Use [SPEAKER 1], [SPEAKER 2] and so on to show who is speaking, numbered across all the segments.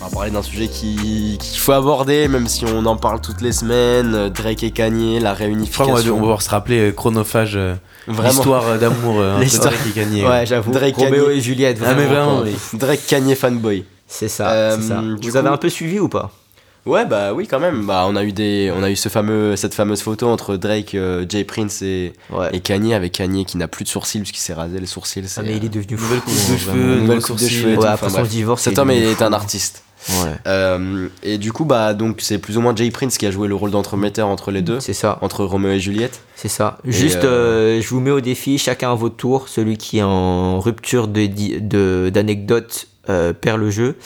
[SPEAKER 1] On va parler d'un sujet qui- qu'il faut aborder, même si on en parle toutes les semaines. euh, Drake et Kanye, la
[SPEAKER 2] Je crois qu'on va,
[SPEAKER 1] réunification.
[SPEAKER 2] on va devoir se rappeler euh, chronophage, euh,
[SPEAKER 1] Vraiment.
[SPEAKER 2] l'histoire euh, d'amour euh, entre
[SPEAKER 1] L'histoire.
[SPEAKER 2] Drake et Kanye.
[SPEAKER 3] Ouais, j'avoue.
[SPEAKER 1] Drake
[SPEAKER 3] Roméo
[SPEAKER 1] Kanye.
[SPEAKER 3] et Juliette.
[SPEAKER 2] Ah, mais vraiment,
[SPEAKER 3] quoi.
[SPEAKER 2] oui.
[SPEAKER 1] Drake Kanye fanboy.
[SPEAKER 3] C'est ça.
[SPEAKER 1] Euh,
[SPEAKER 3] c'est ça.
[SPEAKER 1] du
[SPEAKER 3] Vous
[SPEAKER 1] coup-
[SPEAKER 3] avez un peu suivi ou pas
[SPEAKER 1] Ouais, bah oui, quand même. Bah, on a eu des, on a eu ce fameux, cette fameuse photo entre Drake, euh, Jay Prince et,
[SPEAKER 3] Ouais.
[SPEAKER 1] et Kanye, avec Kanye qui n'a plus de sourcils puisqu'il s'est rasé les sourcils. c'est, euh,
[SPEAKER 3] Ah, mais il est devenu fou.
[SPEAKER 2] Nouvelle coupe de
[SPEAKER 3] vraiment.
[SPEAKER 2] cheveux,
[SPEAKER 1] hein, nouvelle
[SPEAKER 2] nouvelle
[SPEAKER 1] coupe de
[SPEAKER 2] sourcil.
[SPEAKER 1] cheveux.
[SPEAKER 3] Ouais,
[SPEAKER 1] Enfin,
[SPEAKER 3] après son
[SPEAKER 1] bref.
[SPEAKER 3] divorce.
[SPEAKER 1] Cet
[SPEAKER 3] il
[SPEAKER 1] homme
[SPEAKER 3] devenu
[SPEAKER 1] est
[SPEAKER 3] fou.
[SPEAKER 1] un artiste.
[SPEAKER 3] Ouais.
[SPEAKER 1] Euh, et du coup, bah donc c'est plus ou moins Jay Prince qui a joué le rôle d'entremetteur entre les deux,
[SPEAKER 3] C'est ça,
[SPEAKER 1] entre Roméo et Juliette.
[SPEAKER 3] c'est ça. Juste, euh, je vous mets au défi, chacun à votre tour. Celui qui est en rupture de di- de- d'anecdotes euh, perd le jeu.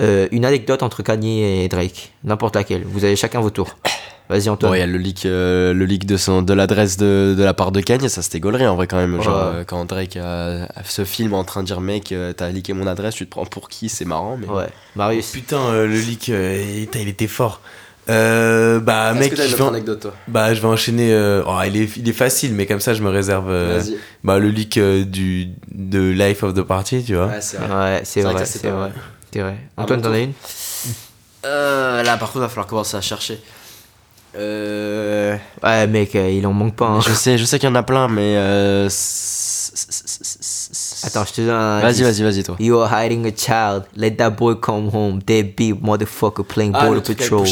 [SPEAKER 3] Euh, une anecdote entre Kanye et Drake, n'importe laquelle. Vous avez chacun votre tour. Vas-y Antoine.
[SPEAKER 1] Bon, il y a le leak, euh, le leak de, son- de l'adresse de, de la part de Kanye, ça c'était gaulerie en vrai quand même. Genre,
[SPEAKER 3] Ouais.
[SPEAKER 1] euh, quand Drake a, a ce film en train de dire mec, euh, t'as leaké mon adresse, tu te prends pour qui, c'est marrant. Mais...
[SPEAKER 3] Ouais. Marius.
[SPEAKER 2] Putain, euh, le leak, euh, putain, il était fort. Euh, bah, mec, je vais, en-
[SPEAKER 1] anecdote toi
[SPEAKER 2] bah, je vais enchaîner. euh, oh, il, est, il est facile, mais comme ça, je me réserve euh,
[SPEAKER 1] Vas-y.
[SPEAKER 2] bah, le leak euh, du, de Life of the Party, tu vois.
[SPEAKER 1] Ouais, c'est vrai.
[SPEAKER 3] Ouais, c'est
[SPEAKER 1] C'est vrai
[SPEAKER 3] vrai,
[SPEAKER 1] que ça, c'est
[SPEAKER 3] c'est
[SPEAKER 1] pas
[SPEAKER 3] vrai.
[SPEAKER 1] mal.
[SPEAKER 3] C'est vrai.
[SPEAKER 1] À
[SPEAKER 3] Antoine,
[SPEAKER 1] mon
[SPEAKER 3] t'en
[SPEAKER 1] tour.
[SPEAKER 3] as une
[SPEAKER 1] Euh, là par contre, va falloir commencer à chercher. Euh,
[SPEAKER 3] Ouais, mec, euh, il en manque pas. hein.
[SPEAKER 1] Je sais, je sais qu'il y en a plein, mais. euh,
[SPEAKER 3] Attends, je te donne un.
[SPEAKER 1] Vas-y,
[SPEAKER 3] indice.
[SPEAKER 1] vas-y, vas-y toi.
[SPEAKER 3] You are hiding a child. Let that boy come home. Deadbeat motherfucker playing ball patrol.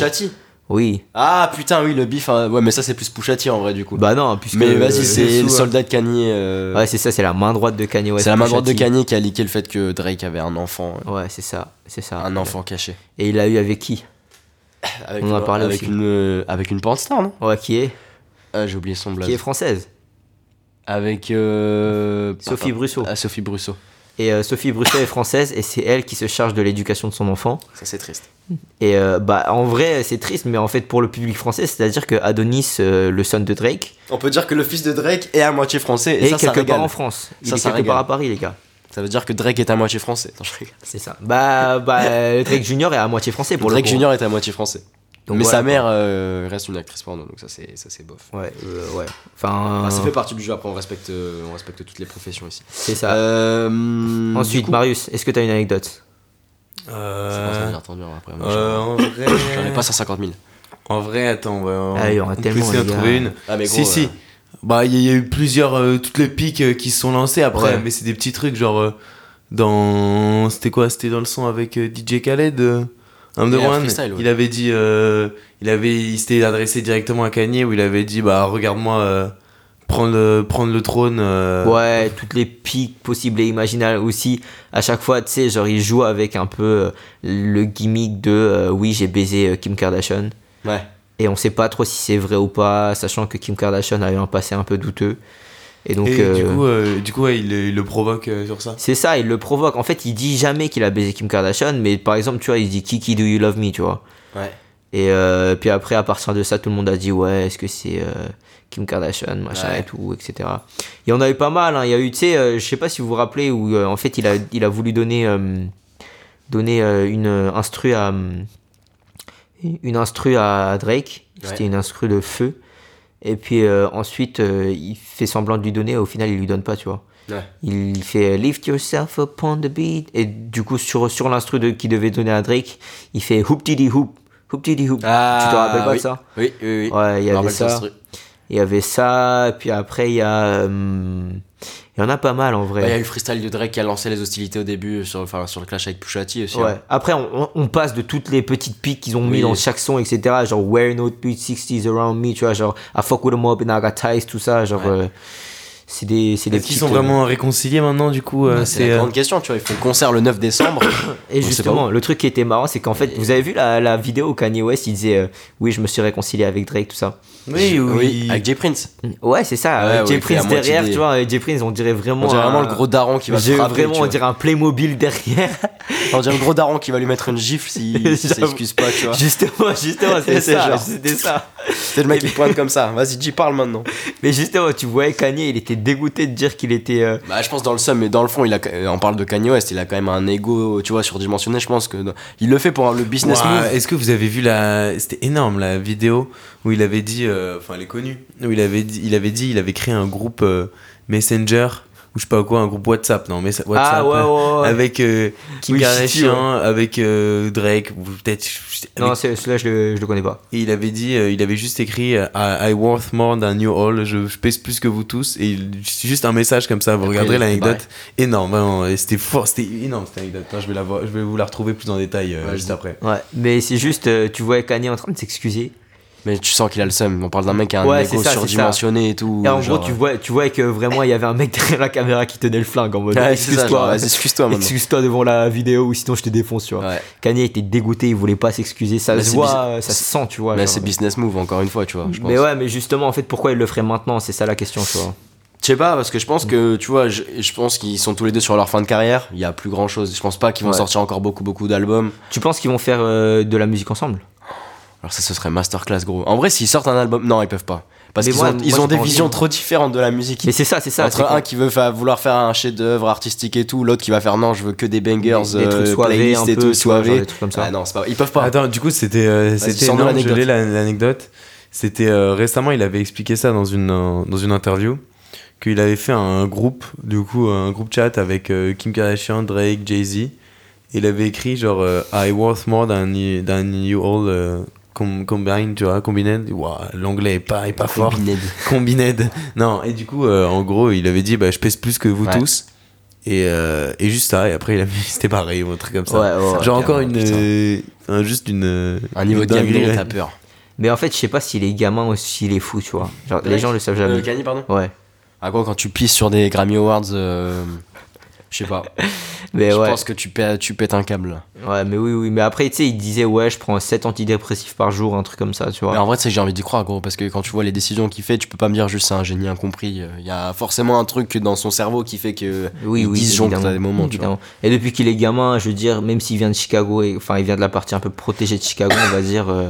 [SPEAKER 3] Oui.
[SPEAKER 1] Ah putain, oui, le bif. hein. Ouais, mais ça c'est plus Pouchati en vrai du coup.
[SPEAKER 3] Bah non, puisque.
[SPEAKER 1] mais vas-y, c'est
[SPEAKER 2] dessous,
[SPEAKER 1] le
[SPEAKER 2] ouais.
[SPEAKER 1] soldat de Kanye. euh,
[SPEAKER 3] Ouais, c'est ça, c'est la main droite de Kanye West.
[SPEAKER 1] c'est la main droite de
[SPEAKER 3] Pusha T.
[SPEAKER 1] Kanye qui a leaké le fait que Drake avait un enfant. euh,
[SPEAKER 3] Ouais, c'est ça, c'est ça.
[SPEAKER 1] Un enfant caché.
[SPEAKER 3] Et il l'a eu avec qui
[SPEAKER 1] Avec
[SPEAKER 3] On en a
[SPEAKER 1] une-
[SPEAKER 3] parlé
[SPEAKER 1] avec
[SPEAKER 3] aussi.
[SPEAKER 1] une euh, Avec une pornstar, non
[SPEAKER 3] Ouais, qui est
[SPEAKER 1] Ah, j'ai oublié son blaze.
[SPEAKER 3] Qui est française.
[SPEAKER 1] Avec. euh,
[SPEAKER 3] Sophie
[SPEAKER 1] papa.
[SPEAKER 3] Brusseau.
[SPEAKER 1] Ah, Sophie Brusseau.
[SPEAKER 3] Et euh, Sophie Brusseau est française et c'est elle qui se charge de l'éducation de son enfant.
[SPEAKER 1] Ça c'est triste.
[SPEAKER 3] Et euh, bah, en vrai, c'est triste, mais en fait, pour le public français, c'est-à-dire que Adonis, euh, le son de Drake,
[SPEAKER 1] On peut dire que le fils de Drake est à moitié français et,
[SPEAKER 3] est
[SPEAKER 1] ça, ça
[SPEAKER 3] quelque part
[SPEAKER 1] régale.
[SPEAKER 3] en France. Il
[SPEAKER 1] Ça,
[SPEAKER 3] est
[SPEAKER 1] ça
[SPEAKER 3] quelque
[SPEAKER 1] régale.
[SPEAKER 3] part à Paris, les gars.
[SPEAKER 1] Ça veut dire que Drake est à moitié français. Non, je rigole.
[SPEAKER 3] C'est ça. Bah, bah, Drake Junior est à moitié français pour
[SPEAKER 1] Drake
[SPEAKER 3] le coup. hein.
[SPEAKER 1] Junior est à moitié français.
[SPEAKER 3] Donc
[SPEAKER 1] mais
[SPEAKER 3] voilà,
[SPEAKER 1] sa mère euh, reste une actrice porno, donc ça c'est ça c'est bof.
[SPEAKER 3] Ouais, euh, ouais. Euh. Enfin,
[SPEAKER 1] Enfin, Bah, ça fait partie du jeu. Après, on respecte euh, on respecte toutes les professions ici.
[SPEAKER 3] c'est ça.
[SPEAKER 1] Euh, hum,
[SPEAKER 3] Ah. Ensuite, bah,
[SPEAKER 1] du coup-
[SPEAKER 3] Marius, est-ce que t'as une anecdote
[SPEAKER 1] C'est pour ça que
[SPEAKER 2] Euh,
[SPEAKER 1] j'ai attendu, hein, après. moi,
[SPEAKER 2] euh,
[SPEAKER 1] j'en-
[SPEAKER 2] en vrai.
[SPEAKER 1] J'en ai pas 150 000.
[SPEAKER 2] En vrai, attends, ouais, on,
[SPEAKER 3] Ah, il y aura
[SPEAKER 2] on peut
[SPEAKER 3] tellement,
[SPEAKER 2] essayer d'en
[SPEAKER 3] les gars.
[SPEAKER 2] trouver une.
[SPEAKER 1] Ah, mais
[SPEAKER 2] si,
[SPEAKER 1] gros,
[SPEAKER 2] si.
[SPEAKER 1] euh,
[SPEAKER 2] Bah, il y, a eu plusieurs, euh, toutes les pics euh, qui se sont lancées après,
[SPEAKER 3] Ouais.
[SPEAKER 2] mais c'est des petits trucs, genre, euh, dans. C'était quoi C'était dans le son avec euh, DJ Khaled euh, I'm the
[SPEAKER 1] Et un
[SPEAKER 2] One.
[SPEAKER 1] freestyle, ouais.
[SPEAKER 2] Il avait dit. euh, il avait, il s'était adressé directement à Kanye où il avait dit Bah, regarde-moi, euh, prendre, le- prendre le trône. euh,
[SPEAKER 3] Ouais, toutes les piques possibles et imaginables aussi. À chaque fois, tu sais, genre, il joue avec un peu euh, le gimmick de euh, oui, j'ai baisé euh, Kim Kardashian.
[SPEAKER 1] Ouais.
[SPEAKER 3] Et on sait pas trop si c'est vrai ou pas, sachant que Kim Kardashian a eu un passé un peu douteux. Et donc.
[SPEAKER 2] et du
[SPEAKER 3] euh,
[SPEAKER 2] coup, euh, du coup ouais, il, le- il le provoque euh, sur ça.
[SPEAKER 3] c'est ça, il le provoque. En fait, il dit jamais qu'il a baisé Kim Kardashian, mais par exemple, tu vois, il dit Kiki, do you love me, tu vois.
[SPEAKER 1] Ouais.
[SPEAKER 3] Et euh, puis après, à partir de ça, tout le monde a dit ouais, est-ce que c'est euh, Kim Kardashian, machin
[SPEAKER 1] Ouais.
[SPEAKER 3] et tout, etc. Il y en a eu pas mal. hein. Il y a eu, tu sais, euh, je sais pas si vous vous rappelez où euh, en fait il a, il a voulu donner, euh, donner euh, une euh, instru à euh, une instru à Drake. C'était
[SPEAKER 1] Ouais.
[SPEAKER 3] une instru de feu. Et puis euh, ensuite, euh, il fait semblant de lui donner. Au final, il lui donne pas, tu vois.
[SPEAKER 1] Ouais.
[SPEAKER 3] Il fait euh, Lift yourself upon the beat. Et du coup, sur, sur l'instru de- qu'il devait donner à Drake, il fait Hoop Diddy Hoop. Hoop Diddy Hoop. tu te rappelles pas
[SPEAKER 1] Ah, oui.
[SPEAKER 3] de ça
[SPEAKER 1] Oui, oui, oui.
[SPEAKER 3] Ouais, il
[SPEAKER 1] Je me
[SPEAKER 3] y avait
[SPEAKER 1] rappelle ce
[SPEAKER 3] ça.
[SPEAKER 1] truc.
[SPEAKER 3] Il y avait ça. Et puis après, il y a. euh, il y en a pas mal en
[SPEAKER 1] Bah, Il y a eu
[SPEAKER 3] vrai.
[SPEAKER 1] le freestyle de Drake qui a lancé les hostilités au début sur, enfin, sur le clash avec Pusha T aussi.
[SPEAKER 3] Ouais.
[SPEAKER 1] hein.
[SPEAKER 3] Après, on, on- on passe de toutes les petites piques qu'ils ont
[SPEAKER 1] Oui.
[SPEAKER 3] mis dans chaque son, etc. Genre, Wearing no 360s around me, tu vois, genre, I fuck with a mob and I got ties, tout ça. Genre,
[SPEAKER 1] Ouais.
[SPEAKER 3] euh, c'est des, c'est des
[SPEAKER 2] Est-ce
[SPEAKER 3] petits.
[SPEAKER 2] qu'ils sont vraiment réconciliés maintenant, du coup euh,
[SPEAKER 1] Bah, hein. C'est la
[SPEAKER 2] euh,
[SPEAKER 1] grande question, tu vois. Ils font le concert le 9 décembre. On
[SPEAKER 3] Et
[SPEAKER 1] sait pas
[SPEAKER 3] justement, le truc qui était marrant, c'est qu'en fait, vous avez vu la, la vidéo où Kanye West, il disait euh, Oui, je me suis réconcilié avec Drake, tout ça.
[SPEAKER 2] Oui, oui.
[SPEAKER 1] Oui, avec Jay Prince.
[SPEAKER 3] Ouais, c'est ça.
[SPEAKER 1] Ouais,
[SPEAKER 3] euh, Jay
[SPEAKER 1] ouais, fait à
[SPEAKER 3] Prince
[SPEAKER 1] moitié
[SPEAKER 3] derrière,
[SPEAKER 1] des-
[SPEAKER 3] tu vois. euh, Jay Prince, on dirait vraiment.
[SPEAKER 1] On dirait vraiment
[SPEAKER 3] un-
[SPEAKER 1] le gros daron qui va
[SPEAKER 3] J'ai
[SPEAKER 1] se frapper. tu
[SPEAKER 3] vraiment, on
[SPEAKER 1] vois.
[SPEAKER 3] dirait un Playmobil derrière.
[SPEAKER 1] On dirait le gros daron qui va lui mettre une gifle s'il si
[SPEAKER 3] J'avoue.
[SPEAKER 1] s'excuse pas, tu vois.
[SPEAKER 3] justement, justement, c'est
[SPEAKER 1] C'est
[SPEAKER 3] ça.
[SPEAKER 1] genre-
[SPEAKER 3] C'était ça.
[SPEAKER 1] C'est le mec qui pointe comme ça. Vas-y, j'y parle maintenant.
[SPEAKER 3] Mais justement, tu voyais Kanye, il était dégoûté de dire qu'il était. euh,
[SPEAKER 1] Bah, je pense dans le somme, mais dans le fond, il a, euh, on parle de Kanye West, il a quand même un ego, tu vois, surdimensionné. Je pense que dans- il le fait pour un- le business
[SPEAKER 2] Ouah,
[SPEAKER 1] move.
[SPEAKER 2] Est-ce que vous avez vu la c'était énorme la vidéo où il avait dit euh, enfin elle est connue où il avait dit il avait dit il avait créé un groupe euh, Messenger ou je sais pas quoi, un groupe WhatsApp, non, mais ça- WhatsApp.
[SPEAKER 3] ah ouais,
[SPEAKER 2] euh,
[SPEAKER 3] ouais, ouais.
[SPEAKER 2] Avec euh, Kim
[SPEAKER 3] Oui, si, ouais.
[SPEAKER 2] Kardashian, avec euh, Drake, ou peut-être. avec-
[SPEAKER 3] Non, c'est- celui-là, je le, je le connais pas.
[SPEAKER 2] Et il avait dit, euh, il avait juste écrit euh, I, I worth more than you all, je, je pèse plus que vous tous. Et il- c'est juste un message comme ça, vous
[SPEAKER 3] Après,
[SPEAKER 2] regarderez
[SPEAKER 3] il a fait
[SPEAKER 2] l'anecdote. Énorme, vraiment, et c'était fort, c'était énorme cette anecdote. Attends, je, vais la voir- je vais vous la retrouver plus en détail euh,
[SPEAKER 1] Ouais,
[SPEAKER 2] juste après.
[SPEAKER 3] Ouais, mais c'est juste, euh, tu vois Kanye en train de s'excuser.
[SPEAKER 1] Mais tu sens qu'il a le seum. On parle d'un mec qui a un
[SPEAKER 3] Ouais, c'est
[SPEAKER 1] égo
[SPEAKER 3] ça, c'est
[SPEAKER 1] surdimensionné et tout.
[SPEAKER 3] Et en
[SPEAKER 1] genre,
[SPEAKER 3] gros, tu vois, tu vois que vraiment, il y avait un mec derrière la caméra qui tenait le flingue en mode
[SPEAKER 1] Ouais, c'est ça, genre,
[SPEAKER 3] excuse-toi.
[SPEAKER 1] vas-y, excuse-toi Ah, maintenant.
[SPEAKER 3] Excuse-toi devant la vidéo ou sinon je te défonce, tu vois.
[SPEAKER 1] Ouais.
[SPEAKER 3] Kanye était dégoûté, il voulait pas s'excuser. Ça
[SPEAKER 1] Mais
[SPEAKER 3] se
[SPEAKER 1] c'est
[SPEAKER 3] voit,
[SPEAKER 1] bizarre.
[SPEAKER 3] euh, ça se sent, tu vois.
[SPEAKER 1] Mais
[SPEAKER 3] genre.
[SPEAKER 1] c'est business move, encore une fois, tu vois. Je pense.
[SPEAKER 3] mais ouais, mais justement, en fait, pourquoi il le ferait maintenant C'est ça la question, tu vois.
[SPEAKER 1] Je sais pas, parce que je pense que, tu vois, je, je pense qu'ils sont tous les deux sur leur fin de carrière. Il y a plus grand chose. Je pense pas qu'ils vont
[SPEAKER 3] Ouais.
[SPEAKER 1] sortir encore beaucoup, beaucoup d'albums.
[SPEAKER 3] Tu penses qu'ils vont faire euh, de la musique ensemble
[SPEAKER 1] Alors ça, ce serait masterclass, gros. En vrai, s'ils sortent un album, non, ils peuvent pas. Parce
[SPEAKER 3] Mais
[SPEAKER 1] qu'ils
[SPEAKER 3] moi-
[SPEAKER 1] ont,
[SPEAKER 3] moi,
[SPEAKER 1] ils
[SPEAKER 3] j'ai
[SPEAKER 1] ont des
[SPEAKER 3] pas envie.
[SPEAKER 1] visions trop différentes de la musique.
[SPEAKER 3] Mais c'est ça, c'est ça.
[SPEAKER 1] Entre
[SPEAKER 3] c'est
[SPEAKER 1] un qui veut faire, vouloir faire un chef-d'œuvre artistique et tout, l'autre qui va faire non, je veux que des bangers,
[SPEAKER 3] Des- des trucs
[SPEAKER 1] euh,
[SPEAKER 3] soivés
[SPEAKER 1] playlists
[SPEAKER 3] un
[SPEAKER 1] et
[SPEAKER 3] peu,
[SPEAKER 1] tout,
[SPEAKER 3] tu vois, genre
[SPEAKER 1] soivés.
[SPEAKER 3] des trucs comme ça.
[SPEAKER 1] Ah non, c'est pas. Ils peuvent pas.
[SPEAKER 2] Attends, du coup, c'était euh, c'était
[SPEAKER 1] sors-nous
[SPEAKER 2] énorme, je
[SPEAKER 1] l'anecdote.
[SPEAKER 2] l'ai, la- l'anecdote. C'était euh, récemment, il avait expliqué ça dans une, euh, dans une interview, qu'il avait fait un groupe, du coup, un groupe chat avec euh, Kim Kardashian, Drake, Jay-Z. Il avait écrit genre euh, I worth more than you, than you all euh, com- combined, tu vois, combined. Ouah, L'anglais est pas, est pas fort.
[SPEAKER 1] Combined.
[SPEAKER 2] Combined. Non, et du coup, euh, en gros, il avait dit bah, je pèse plus que vous
[SPEAKER 1] Ouais.
[SPEAKER 2] tous. Et, euh, et juste ça, et après, il a mis c'était pareil, ou un truc comme ça.
[SPEAKER 3] Ouais, ouais, ouais.
[SPEAKER 2] Genre encore une.
[SPEAKER 1] carrément, putain.
[SPEAKER 2] euh, un- juste une. euh,
[SPEAKER 1] Un niveau
[SPEAKER 2] une
[SPEAKER 1] de
[SPEAKER 2] dinguerie.
[SPEAKER 1] gameplay, t'as peur.
[SPEAKER 3] Mais en fait, je sais pas s'il est gamin ou s'il est fou, tu vois. Genre, les
[SPEAKER 1] Drake
[SPEAKER 3] gens le savent jamais.
[SPEAKER 1] Euh, Kanye, pardon.
[SPEAKER 3] Ouais.
[SPEAKER 1] À Ah, quoi quand tu pisses sur des Grammy Awards, euh, je sais pas.
[SPEAKER 3] Mais
[SPEAKER 1] je
[SPEAKER 3] ouais.
[SPEAKER 1] pense que tu, pè- tu pètes un câble.
[SPEAKER 3] Ouais, mais oui, oui. Mais après, tu sais, il disait, ouais, je prends 7 antidépressifs par jour, un truc comme ça, tu
[SPEAKER 1] Mais
[SPEAKER 3] vois.
[SPEAKER 1] en vrai, c'est que j'ai envie d'y croire, gros, parce que quand tu vois les décisions qu'il fait, tu peux pas me dire juste c'est un génie incompris. Il y a forcément un truc dans son cerveau qui fait que
[SPEAKER 3] Oui,
[SPEAKER 1] il
[SPEAKER 3] oui.
[SPEAKER 1] disjoncte
[SPEAKER 3] évidemment,
[SPEAKER 1] à des moments, tu vois.
[SPEAKER 3] évidemment. Et depuis qu'il est gamin, je veux dire, même s'il vient de Chicago, et, enfin, il vient de la partie un peu protégée de Chicago, on va dire. euh,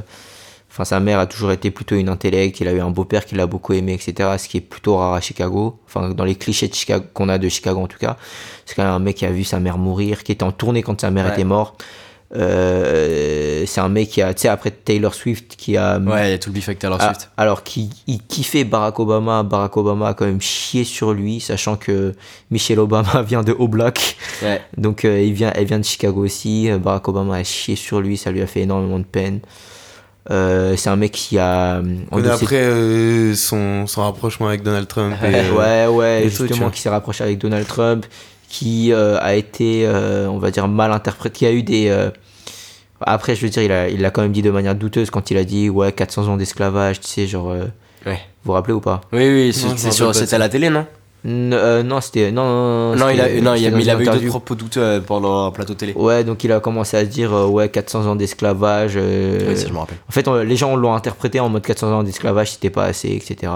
[SPEAKER 3] Enfin, sa mère a toujours été plutôt une intellect, il a eu un beau-père qui l'a beaucoup aimé, etc. Ce qui est plutôt rare à Chicago. Enfin, dans les clichés de Chicago qu'on a de Chicago en tout cas. C'est quand même un mec qui a vu sa mère mourir, qui était en tournée quand sa mère
[SPEAKER 1] Ouais.
[SPEAKER 3] était morte. Euh, c'est un mec qui a, tu sais, après Taylor Swift, qui a
[SPEAKER 1] Ouais, il y a tout le beef avec Taylor
[SPEAKER 3] Ah,
[SPEAKER 1] Swift.
[SPEAKER 3] alors qu'il il kiffait Barack Obama, Barack Obama a quand même chié sur lui, sachant que Michelle Obama vient de O'Block.
[SPEAKER 1] Ouais.
[SPEAKER 3] Donc euh, il vient, elle vient de Chicago aussi. Euh, Barack Obama a chié sur lui, ça lui a fait énormément de peine. Euh, c'est un mec qui a. euh,
[SPEAKER 2] On est
[SPEAKER 3] endossé-
[SPEAKER 2] après euh, son, son rapprochement avec Donald Trump. et, euh,
[SPEAKER 3] ouais, ouais,
[SPEAKER 2] les trucs,
[SPEAKER 3] justement,
[SPEAKER 2] hein.
[SPEAKER 3] qui s'est rapproché avec Donald Trump, qui euh, a été, euh, on va dire, mal interprété, qui a eu des. euh, Après, je veux dire, il a- il l'a quand même dit de manière douteuse quand il a dit, ouais, 400 ans d'esclavage, tu sais, genre. euh,
[SPEAKER 1] Ouais.
[SPEAKER 3] Vous vous rappelez ou pas
[SPEAKER 1] Oui, oui,
[SPEAKER 2] Non, je
[SPEAKER 1] c'est-
[SPEAKER 2] me
[SPEAKER 1] c'est
[SPEAKER 2] rappelle
[SPEAKER 1] sur-
[SPEAKER 2] pas de
[SPEAKER 1] c'était
[SPEAKER 2] ça.
[SPEAKER 1] à la télé, non
[SPEAKER 3] N- euh, non, c'était. Non, non, non,
[SPEAKER 1] Non, il, a,
[SPEAKER 3] c'était-
[SPEAKER 1] non, il, a-
[SPEAKER 3] c'était dans
[SPEAKER 1] mais il
[SPEAKER 3] une
[SPEAKER 1] avait eu d'autres
[SPEAKER 3] interview.
[SPEAKER 1] propos douteux euh, pendant un plateau télé.
[SPEAKER 3] Ouais, donc il a commencé à se dire euh, ouais, 400 ans d'esclavage. euh,
[SPEAKER 1] Oui, ça, je me rappelle.
[SPEAKER 3] en fait, on- les gens l'ont interprété en mode 400 ans d'esclavage, c'était pas assez, etc.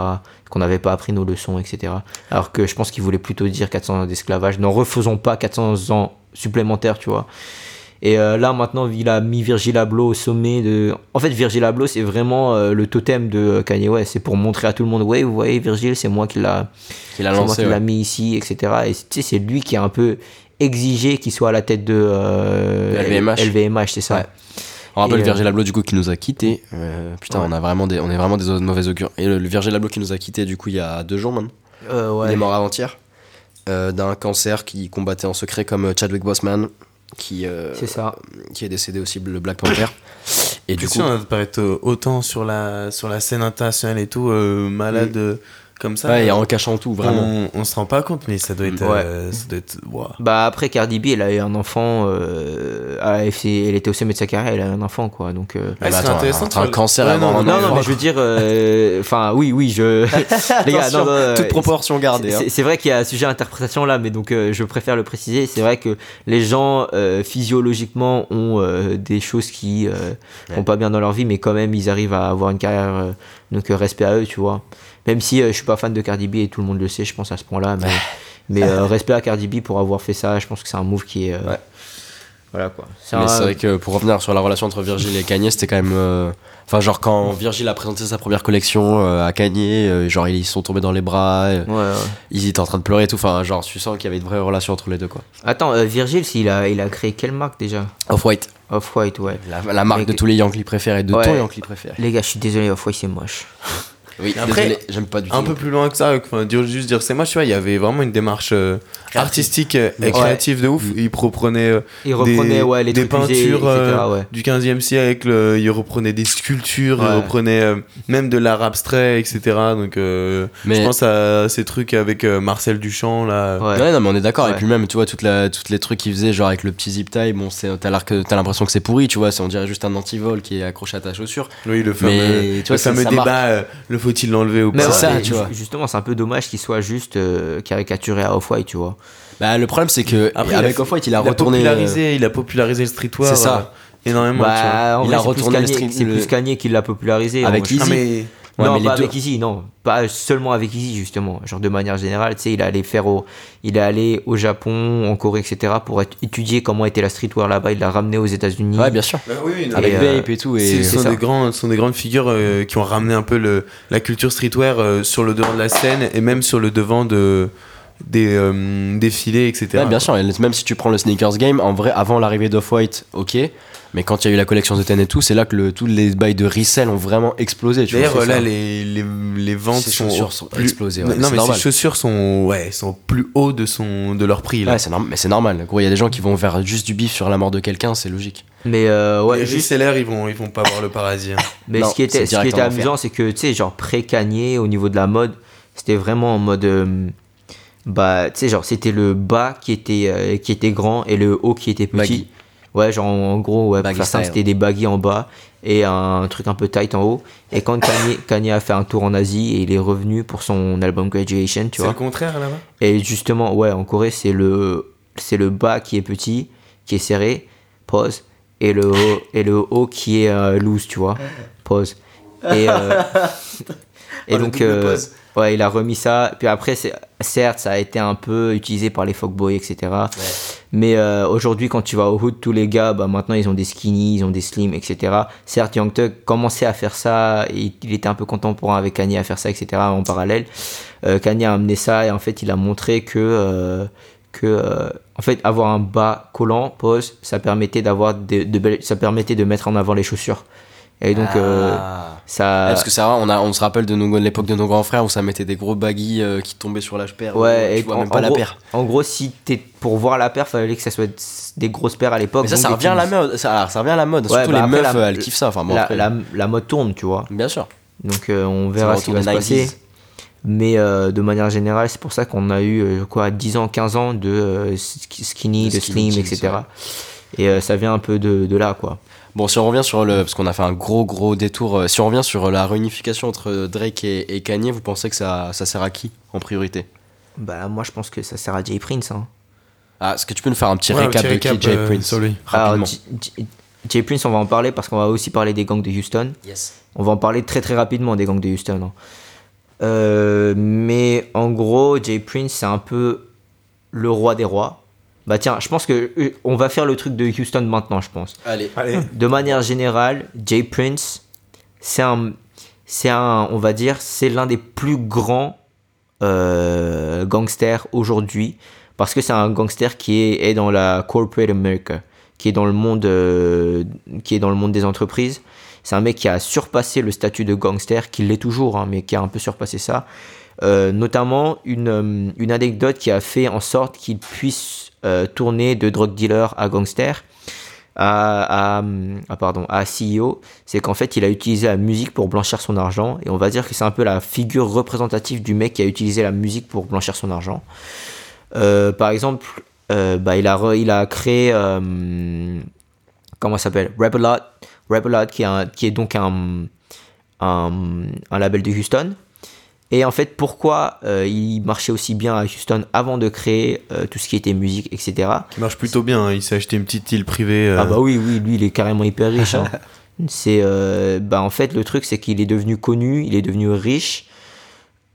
[SPEAKER 3] Qu'on n'avait pas appris nos leçons, etc. Alors que je pense qu'il voulait plutôt dire 400 ans d'esclavage. N'en refaisons pas 400 ans supplémentaires, tu vois. Et euh, là, maintenant, il a mis Virgil Abloh au sommet de. En fait, Virgil Abloh, c'est vraiment euh, le totem de euh, Kanye West. C'est pour montrer à tout le monde ouais, vous voyez, Virgil, c'est moi qui l'a.
[SPEAKER 1] Qu'il a
[SPEAKER 3] C'est moi
[SPEAKER 1] lancé.
[SPEAKER 3] qui l'a
[SPEAKER 1] ouais.
[SPEAKER 3] mis ici, etc. Et tu sais, c'est lui qui a un peu exigé qu'il soit à la tête de euh,
[SPEAKER 1] De LVMH.
[SPEAKER 3] LVMH, c'est ça.
[SPEAKER 1] Ouais. On rappelle
[SPEAKER 3] Et, euh,
[SPEAKER 1] Virgil Abloh du coup qui nous a quitté. putain,
[SPEAKER 3] Ouais.
[SPEAKER 1] on a vraiment des, on est vraiment des mauvais augures. Et le, le Virgil Abloh qui nous a quitté du coup il y a deux jours maintenant.
[SPEAKER 3] Euh, ouais.
[SPEAKER 1] Il est mort avant-hier euh, d'un cancer qu'il combattait en secret comme euh, Chadwick Boseman qui euh,
[SPEAKER 3] C'est ça.
[SPEAKER 1] qui est décédé aussi le Black Panther. Et du
[SPEAKER 2] Du
[SPEAKER 1] coup,
[SPEAKER 2] coup, on paraît euh, autant sur la, sur la scène internationale et tout, euh, malade euh, comme
[SPEAKER 3] hein.
[SPEAKER 2] ça.
[SPEAKER 1] Mm. ouais, et en cachant tout vraiment.
[SPEAKER 2] On, on se rend pas compte, mais ça doit être.
[SPEAKER 3] Ouais.
[SPEAKER 2] euh, ça doit être ouah.
[SPEAKER 3] Bah après Cardi B, elle a eu un enfant. euh, à la FC, elle était au sommet de sa carrière, elle a eu un enfant quoi. Donc euh,
[SPEAKER 1] mais
[SPEAKER 2] c'est
[SPEAKER 1] attends,
[SPEAKER 2] intéressant
[SPEAKER 1] entre un
[SPEAKER 2] sur le-
[SPEAKER 1] cancer et un
[SPEAKER 2] non,
[SPEAKER 1] enfant,
[SPEAKER 2] non,
[SPEAKER 3] non,
[SPEAKER 2] mais
[SPEAKER 3] non, mais je veux dire, euh, enfin oui, oui, je. Les gars, non, non, euh,
[SPEAKER 1] toute proportion gardée. hein.
[SPEAKER 3] C'est c'est vrai qu'il y a un sujet à interprétation là, mais donc euh, je préfère le préciser. C'est vrai que les gens euh, physiologiquement ont euh, des choses qui euh, vont
[SPEAKER 1] Ouais.
[SPEAKER 3] pas bien dans leur vie, mais quand même ils arrivent à avoir une carrière. euh, donc euh, respect à eux, tu vois. Même si euh, je suis pas fan de Cardi B et tout le monde le sait, je pense à ce point-là, mais, mais euh, respect à Cardi B pour avoir fait ça. Je pense que c'est un move qui est. euh,
[SPEAKER 1] Ouais.
[SPEAKER 3] Voilà quoi. C'est
[SPEAKER 1] Mais
[SPEAKER 3] un-
[SPEAKER 1] c'est vrai que pour revenir sur la relation entre Virgil et Kanye, c'était quand même. euh, Enfin, genre quand Virgil a présenté sa première collection euh, à Kanye, euh, genre ils sont tombés dans les bras, euh,
[SPEAKER 3] Ouais, ouais.
[SPEAKER 1] ils étaient en train de pleurer et tout. Enfin, genre tu sens qu'il y avait une vraie relation entre les deux quoi.
[SPEAKER 3] Attends, euh, Virgil, il a, il a créé quelle marque déjà
[SPEAKER 1] Off-White,
[SPEAKER 3] Off-White, ouais.
[SPEAKER 1] la, la marque
[SPEAKER 3] Mais-
[SPEAKER 1] de tous les Yankees préférés, de
[SPEAKER 3] Ouais.
[SPEAKER 1] ton Yankee préféré.
[SPEAKER 3] Les gars, je suis désolé, Off-White c'est moche.
[SPEAKER 1] Oui,
[SPEAKER 2] Après,
[SPEAKER 1] désolé, j'aime pas du tout.
[SPEAKER 2] un peu plus loin que ça, enfin, dire, juste dire c'est moi, tu vois, il y avait vraiment une démarche euh, artistique euh, et
[SPEAKER 3] Ouais.
[SPEAKER 2] créative de ouf.
[SPEAKER 1] Mm.
[SPEAKER 2] Ils reprenaient euh,
[SPEAKER 3] Il reprenait
[SPEAKER 2] des,
[SPEAKER 3] ouais, les
[SPEAKER 2] des
[SPEAKER 3] trucs usés,
[SPEAKER 2] peintures
[SPEAKER 3] etc.,
[SPEAKER 2] euh,
[SPEAKER 3] ouais.
[SPEAKER 2] du 15e siècle, euh, ils reprenaient des sculptures,
[SPEAKER 3] Ouais.
[SPEAKER 2] ils reprenaient euh, même de l'art abstrait, etc. Donc euh,
[SPEAKER 1] Mais-
[SPEAKER 2] je pense à ces trucs avec euh, Marcel Duchamp, là.
[SPEAKER 3] Ouais.
[SPEAKER 1] Ouais. non, mais on est d'accord.
[SPEAKER 3] Ouais.
[SPEAKER 1] Et puis même, tu vois, toute la, toutes les trucs qu'ils faisaient, genre avec le petit zip tie, bon, c'est- t'as l'air que- t'as l'impression que c'est pourri, tu vois, c'est- on dirait juste un antivol qui est accroché à ta chaussure.
[SPEAKER 2] Oui, le fameux,
[SPEAKER 1] Mais tu
[SPEAKER 2] le
[SPEAKER 1] vois, ça,
[SPEAKER 2] fameux
[SPEAKER 1] ça marque.
[SPEAKER 2] débat, euh, le faut-il l'enlever ou
[SPEAKER 3] Mais
[SPEAKER 2] pas
[SPEAKER 1] C'est
[SPEAKER 3] ouais,
[SPEAKER 1] ça,
[SPEAKER 3] mais
[SPEAKER 1] tu
[SPEAKER 3] ju-
[SPEAKER 1] vois.
[SPEAKER 3] Justement, c'est un peu dommage qu'il soit juste euh, caricaturé à Off-White, tu vois.
[SPEAKER 1] Bah, le problème, c'est que
[SPEAKER 2] Après, il a
[SPEAKER 1] avec
[SPEAKER 2] fait-
[SPEAKER 1] Off-White, il a
[SPEAKER 2] il a
[SPEAKER 1] retourné. euh,
[SPEAKER 2] popularisé, il a popularisé le streetwear.
[SPEAKER 1] C'est ça.
[SPEAKER 2] euh, énormément. tu vois.
[SPEAKER 3] Bah, en
[SPEAKER 1] Il
[SPEAKER 3] vrai,
[SPEAKER 1] a
[SPEAKER 3] c'est plus
[SPEAKER 1] retourné le
[SPEAKER 3] Kanye-
[SPEAKER 1] stream-
[SPEAKER 3] C'est
[SPEAKER 1] le-
[SPEAKER 3] plus Kanye qui l'a popularisé.
[SPEAKER 1] Avec
[SPEAKER 3] en vrai, je-
[SPEAKER 1] Easy.
[SPEAKER 2] Ah, mais-
[SPEAKER 1] Ouais,
[SPEAKER 3] non,
[SPEAKER 1] mais les
[SPEAKER 3] pas
[SPEAKER 1] deux-
[SPEAKER 3] avec Easy, non. Pas seulement avec Easy, justement. Genre de manière générale, tu sais, il est allé faire au, il est allé au Japon, en Corée, etc. pour être- étudier comment était la streetwear là-bas. Il l'a ramené aux États-Unis.
[SPEAKER 1] Ouais, bien sûr.
[SPEAKER 2] Avec-
[SPEAKER 1] euh, Avec
[SPEAKER 3] euh,
[SPEAKER 1] Vape et tout. Et...
[SPEAKER 2] Ce sont,
[SPEAKER 3] ça.
[SPEAKER 2] des grands, ce sont des grandes figures euh, qui ont ramené un peu le, la culture streetwear euh, sur le devant de la scène et même sur le devant de, des, euh, des filets, etc.
[SPEAKER 1] Ouais, bien sûr, et même si tu prends le sneakers game, en vrai, avant l'arrivée d'Off-White, ok, mais quand il y a eu la collection de Ten et tout, c'est là que le, tous les bails de resell ont vraiment explosé. tu vois,
[SPEAKER 2] D'ailleurs, euh,
[SPEAKER 1] c'est
[SPEAKER 2] là,
[SPEAKER 1] ça.
[SPEAKER 2] les, les, les ventes
[SPEAKER 1] Ces
[SPEAKER 2] sont,
[SPEAKER 1] chaussures
[SPEAKER 2] au
[SPEAKER 1] sont
[SPEAKER 2] plus-
[SPEAKER 1] explosées, ouais, mais
[SPEAKER 2] non,
[SPEAKER 1] c'est
[SPEAKER 2] mais ces
[SPEAKER 1] normal.
[SPEAKER 2] chaussures sont, ouais, sont plus haut de, son, de leur prix. Là.
[SPEAKER 1] Ouais, c'est norm- mais c'est normal. Gros, il y a des gens qui vont vers juste du bif sur la mort de quelqu'un, c'est logique.
[SPEAKER 3] Mais euh, ouais,
[SPEAKER 2] les
[SPEAKER 3] juste.
[SPEAKER 2] resellers, ils vont, ils vont pas voir le paradis. hein.
[SPEAKER 3] Mais
[SPEAKER 1] Non,
[SPEAKER 3] ce qui était,
[SPEAKER 1] c'est
[SPEAKER 3] ce qui était
[SPEAKER 1] directement
[SPEAKER 3] amusant, c'est que, tu sais, genre pré-Kanye au niveau de la mode, c'était vraiment en mode. euh, bah, tu sais, genre, c'était le bas qui était, euh, qui était grand et le haut qui était petit.
[SPEAKER 1] Baggy.
[SPEAKER 3] Ouais, genre, en, en gros, ouais, pour
[SPEAKER 1] Baggy
[SPEAKER 3] faire simple,
[SPEAKER 1] style.
[SPEAKER 3] c'était des baggy en bas et un truc un peu tight en haut. Et quand Kanye, Kanye a fait un tour en Asie et il est revenu pour son album Graduation, tu
[SPEAKER 2] C'est le
[SPEAKER 3] vois.
[SPEAKER 2] contraire là-bas
[SPEAKER 3] Et justement, ouais, en Corée, c'est le, c'est le bas qui est petit, qui est serré, pause, et le haut, et le haut qui est euh, loose, tu vois, pause. Et, euh, et
[SPEAKER 2] Oh, le
[SPEAKER 3] donc,
[SPEAKER 2] double
[SPEAKER 3] euh,
[SPEAKER 2] pause.
[SPEAKER 3] ouais, il a remis ça. Puis après, c'est, certes, ça a été un peu utilisé par les fuckboys, etc. Mais euh, aujourd'hui, quand tu vas au hood, tous les gars, bah, maintenant, ils ont des skinny, ils ont des slim, etc. Certes, Young Thug commençait à faire ça, il, il était un peu contemporain avec Kanye à faire ça, etc. en parallèle. Euh, Kanye a amené ça et en fait, il a montré que, euh, que euh, en fait, avoir un bas collant, pose, ça permettait d'avoir des- de, belles- ça permettait de mettre en avant les chaussures. Et donc, euh,
[SPEAKER 1] Ouais,
[SPEAKER 3] ça.
[SPEAKER 1] Ah. parce que ça va, on, a, on se rappelle de, nos- de l'époque de nos grands frères où ça mettait des gros baggy euh, qui tombaient sur la paire. euh,
[SPEAKER 3] Ouais,
[SPEAKER 1] tu
[SPEAKER 3] et
[SPEAKER 1] vois
[SPEAKER 3] en,
[SPEAKER 1] même pas
[SPEAKER 3] en
[SPEAKER 1] la
[SPEAKER 3] gros,
[SPEAKER 1] paire.
[SPEAKER 3] en gros, si t'es pour voir la paire, fallait que ça soit des grosses paires à l'époque.
[SPEAKER 1] Mais ça,
[SPEAKER 3] donc
[SPEAKER 1] ça
[SPEAKER 3] des
[SPEAKER 1] revient à
[SPEAKER 3] teens.
[SPEAKER 1] la mode. Ça, alors, ça revient à la mode.
[SPEAKER 3] Ouais,
[SPEAKER 1] Surtout
[SPEAKER 3] bah,
[SPEAKER 1] les
[SPEAKER 3] après,
[SPEAKER 1] meufs,
[SPEAKER 3] la-
[SPEAKER 1] elles kiffent ça. Enfin, bon,
[SPEAKER 3] la,
[SPEAKER 1] après,
[SPEAKER 3] la- la mode tourne, tu vois.
[SPEAKER 1] Bien sûr.
[SPEAKER 3] Donc euh, on
[SPEAKER 1] le
[SPEAKER 3] verra ce qui
[SPEAKER 1] retour
[SPEAKER 3] va
[SPEAKER 1] des
[SPEAKER 3] se passer.
[SPEAKER 1] 90s.
[SPEAKER 3] Mais euh, de manière générale, c'est pour ça qu'on a eu euh, quoi, 10 ans, 15 ans de euh, sk- skinny,
[SPEAKER 1] De
[SPEAKER 3] de
[SPEAKER 1] skinny
[SPEAKER 3] slim,
[SPEAKER 1] jeans,
[SPEAKER 3] etc. Et euh, ça vient un peu de, de là, quoi.
[SPEAKER 1] Bon, si on revient sur le. Parce qu'on a fait un gros, gros détour. euh, Si on revient sur la réunification entre euh, Drake et, et Kanye, vous pensez que ça, ça sert à qui en priorité
[SPEAKER 3] Bah moi je pense que ça sert à Jay Prince. Hein.
[SPEAKER 1] ah, Est-ce que tu peux nous faire un petit
[SPEAKER 2] Ouais, un
[SPEAKER 1] récap
[SPEAKER 2] petit
[SPEAKER 1] de qui
[SPEAKER 2] récap,
[SPEAKER 1] est Jay
[SPEAKER 2] euh,
[SPEAKER 1] Prince Ah,
[SPEAKER 2] sur lui.
[SPEAKER 1] Rapidement.
[SPEAKER 3] Alors, J- J- Jay Prince, on va en parler parce qu'on va aussi parler des gangs de Houston. On va en parler très très rapidement des gangs de Houston. hein. Euh, mais en gros, Jay Prince, c'est un peu le roi des rois. Bah tiens, je pense que euh, on va faire le truc de Houston maintenant, je pense.
[SPEAKER 1] Allez.
[SPEAKER 2] Allez.
[SPEAKER 3] De manière générale, Jay Prince, c'est un, c'est un, on va dire, c'est l'un des plus grands euh, gangsters aujourd'hui parce que c'est un gangster qui est, est dans la corporate America, qui est dans le monde, euh, qui est dans le monde des entreprises. C'est un mec qui a surpassé le statut de gangster, qui l'est toujours, hein, mais qui a un peu surpassé ça. Euh, notamment une, euh, une anecdote qui a fait en sorte qu'il puisse euh, tourner de drug dealer à gangster à, à, hum, ah, pardon, à CEO, c'est qu'en fait, il a utilisé la musique pour blanchir son argent. Et on va dire que c'est un peu la figure représentative du mec qui a utilisé la musique pour blanchir son argent. Euh, par exemple, euh, bah, il, a re- il a créé. euh, comment ça s'appelle Rebelot. Rebelot, qui, est un- qui est donc un, un, un label de Houston. Et en fait, pourquoi euh, il marchait aussi bien à Houston avant de créer euh, tout ce qui était musique, etc.
[SPEAKER 2] Qui marche plutôt bien, hein. il s'est acheté une petite île privée. euh,
[SPEAKER 3] Ah bah oui, oui, lui, il est carrément hyper riche. hein. c'est, euh, bah en fait, le truc, c'est qu'il est devenu connu, il est devenu riche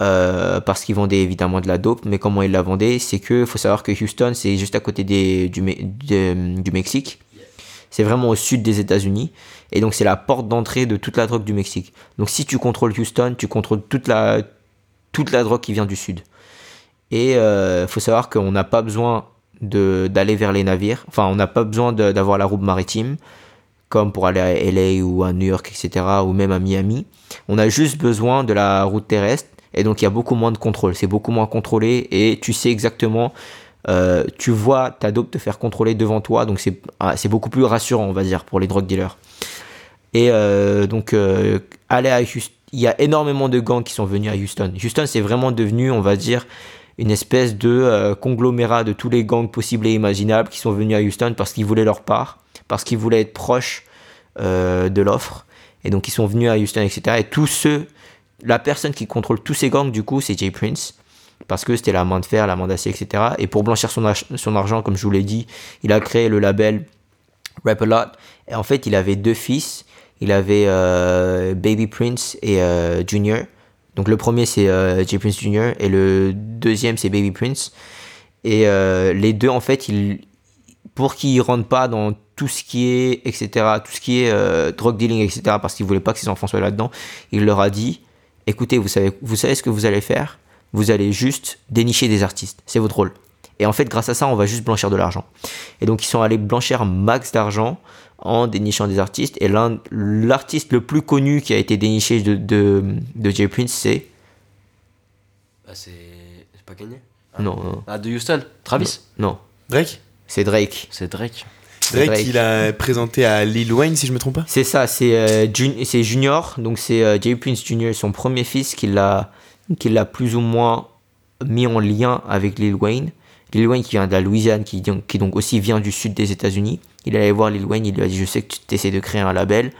[SPEAKER 3] euh, parce qu'il vendait évidemment de la dope. Mais comment il la vendait, c'est que faut savoir que Houston, c'est juste à côté des, du, Me- de- du Mexique. C'est vraiment au sud des États-Unis. Et donc, c'est la porte d'entrée de toute la drogue du Mexique. Donc, si tu contrôles Houston, tu contrôles toute la, toute la drogue qui vient du sud. Et euh, faut savoir qu'on n'a pas besoin de- d'aller vers les navires. Enfin, on n'a pas besoin de- d'avoir la route maritime. comme pour aller à LA ou à New York, etc., ou même à Miami. On a juste besoin de la route terrestre, et donc il y a beaucoup moins de contrôle. C'est beaucoup moins contrôlé, et tu sais exactement, euh, tu vois ta dope te faire contrôler devant toi, donc c'est ah, c'est beaucoup plus rassurant, on va dire, pour les drug dealers. Et euh, donc, euh, aller à Houston, il y a énormément de gangs qui sont venus à Houston. Houston, c'est vraiment devenu, on va dire, une espèce de euh, conglomérat de tous les gangs possibles et imaginables qui sont venus à Houston parce qu'ils voulaient leur part, parce qu'ils voulaient être proches euh, de l'offre. Et donc, ils sont venus à Houston, etc. Et tous ceux, la personne qui contrôle tous ces gangs, du coup, c'est Jay Prince. Parce que c'était la main de fer, la main d'acier, etc. Et pour blanchir son, ach- son argent, comme je vous l'ai dit, il a créé le label Rap A Lot. Et en fait, il avait deux fils. Il avait euh, Baby Prince et euh, Junior. Donc le premier c'est euh, Jay Prince Jr. et le deuxième c'est Baby Prince. Et euh, les deux en fait, ils, pour qu'ils rentrent pas dans tout ce qui est etc, tout ce qui est euh, drug dealing etc, parce qu'ils voulaient pas que ses enfants soient là-dedans, il leur a dit, écoutez, vous savez, vous savez ce que vous allez faire, vous allez juste dénicher des artistes, c'est votre rôle. Et en fait, grâce à ça, on va juste blanchir de l'argent. Et donc, ils sont allés blanchir un max d'argent en dénichant des artistes. Et l'un, l'artiste le plus connu qui a été déniché de, de, de Jay Prince, c'est.
[SPEAKER 1] Bah, c'est. C'est pas gagné.
[SPEAKER 3] Non, non,
[SPEAKER 1] Ah, de Houston Travis
[SPEAKER 3] non,
[SPEAKER 2] Drake
[SPEAKER 3] c'est Drake.
[SPEAKER 1] C'est Drake.
[SPEAKER 2] Drake,
[SPEAKER 3] Drake.
[SPEAKER 2] il a présenté à Lil Wayne, si je me trompe pas.
[SPEAKER 3] C'est ça, c'est euh, Jun- c'est Junior, donc c'est euh, Jay Prince Junior, son premier fils, qui l'a qui l'a plus ou moins mis en lien avec Lil Wayne. Lil Wayne qui vient de la Louisiane, qui, donc- qui donc aussi vient du sud des États-Unis. Il allait voir Lil Wayne, il lui a dit Je sais que tu essaies de créer un label.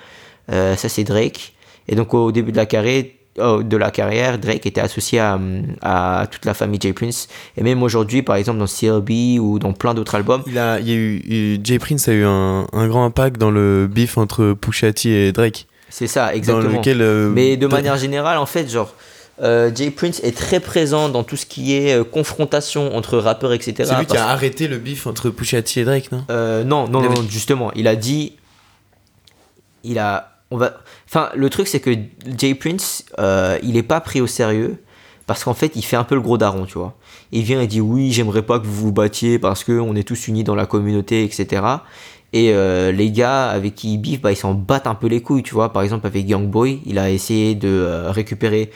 [SPEAKER 3] Euh, ça, c'est Drake. Et donc, au début de la carrière, de la carrière, Drake était associé à, hum, à toute la famille Jay Prince. Et même aujourd'hui, par exemple, dans CLB ou dans plein d'autres albums,
[SPEAKER 2] Il a, il y a eu, il- Jay Prince a eu un, un grand impact dans le beef entre Pusha T et Drake.
[SPEAKER 3] c'est ça, exactement.
[SPEAKER 2] Dans lequel, euh,
[SPEAKER 3] Mais de
[SPEAKER 2] Dra-
[SPEAKER 3] manière générale, en fait, genre, euh, Jay Prince est très présent dans tout ce qui est euh, confrontation entre rappeurs, etc.
[SPEAKER 2] C'est lui qui
[SPEAKER 3] Parce-
[SPEAKER 2] a arrêté le beef entre Pusha T et Drake, non
[SPEAKER 3] Euh, non, non,
[SPEAKER 2] Il avait-
[SPEAKER 3] non, justement, il a dit. Il a. On va... Enfin, le truc, c'est que Jay Prince, euh, il est pas pris au sérieux parce qu'en fait, il fait un peu le gros daron, tu vois. Il vient et dit Oui, j'aimerais pas que vous vous battiez parce qu'on est tous unis dans la communauté, etc. Et euh, les gars avec qui il biffe, bah, ils s'en battent un peu les couilles, tu vois. Par exemple, avec Young Boy, il a essayé de euh, récupérer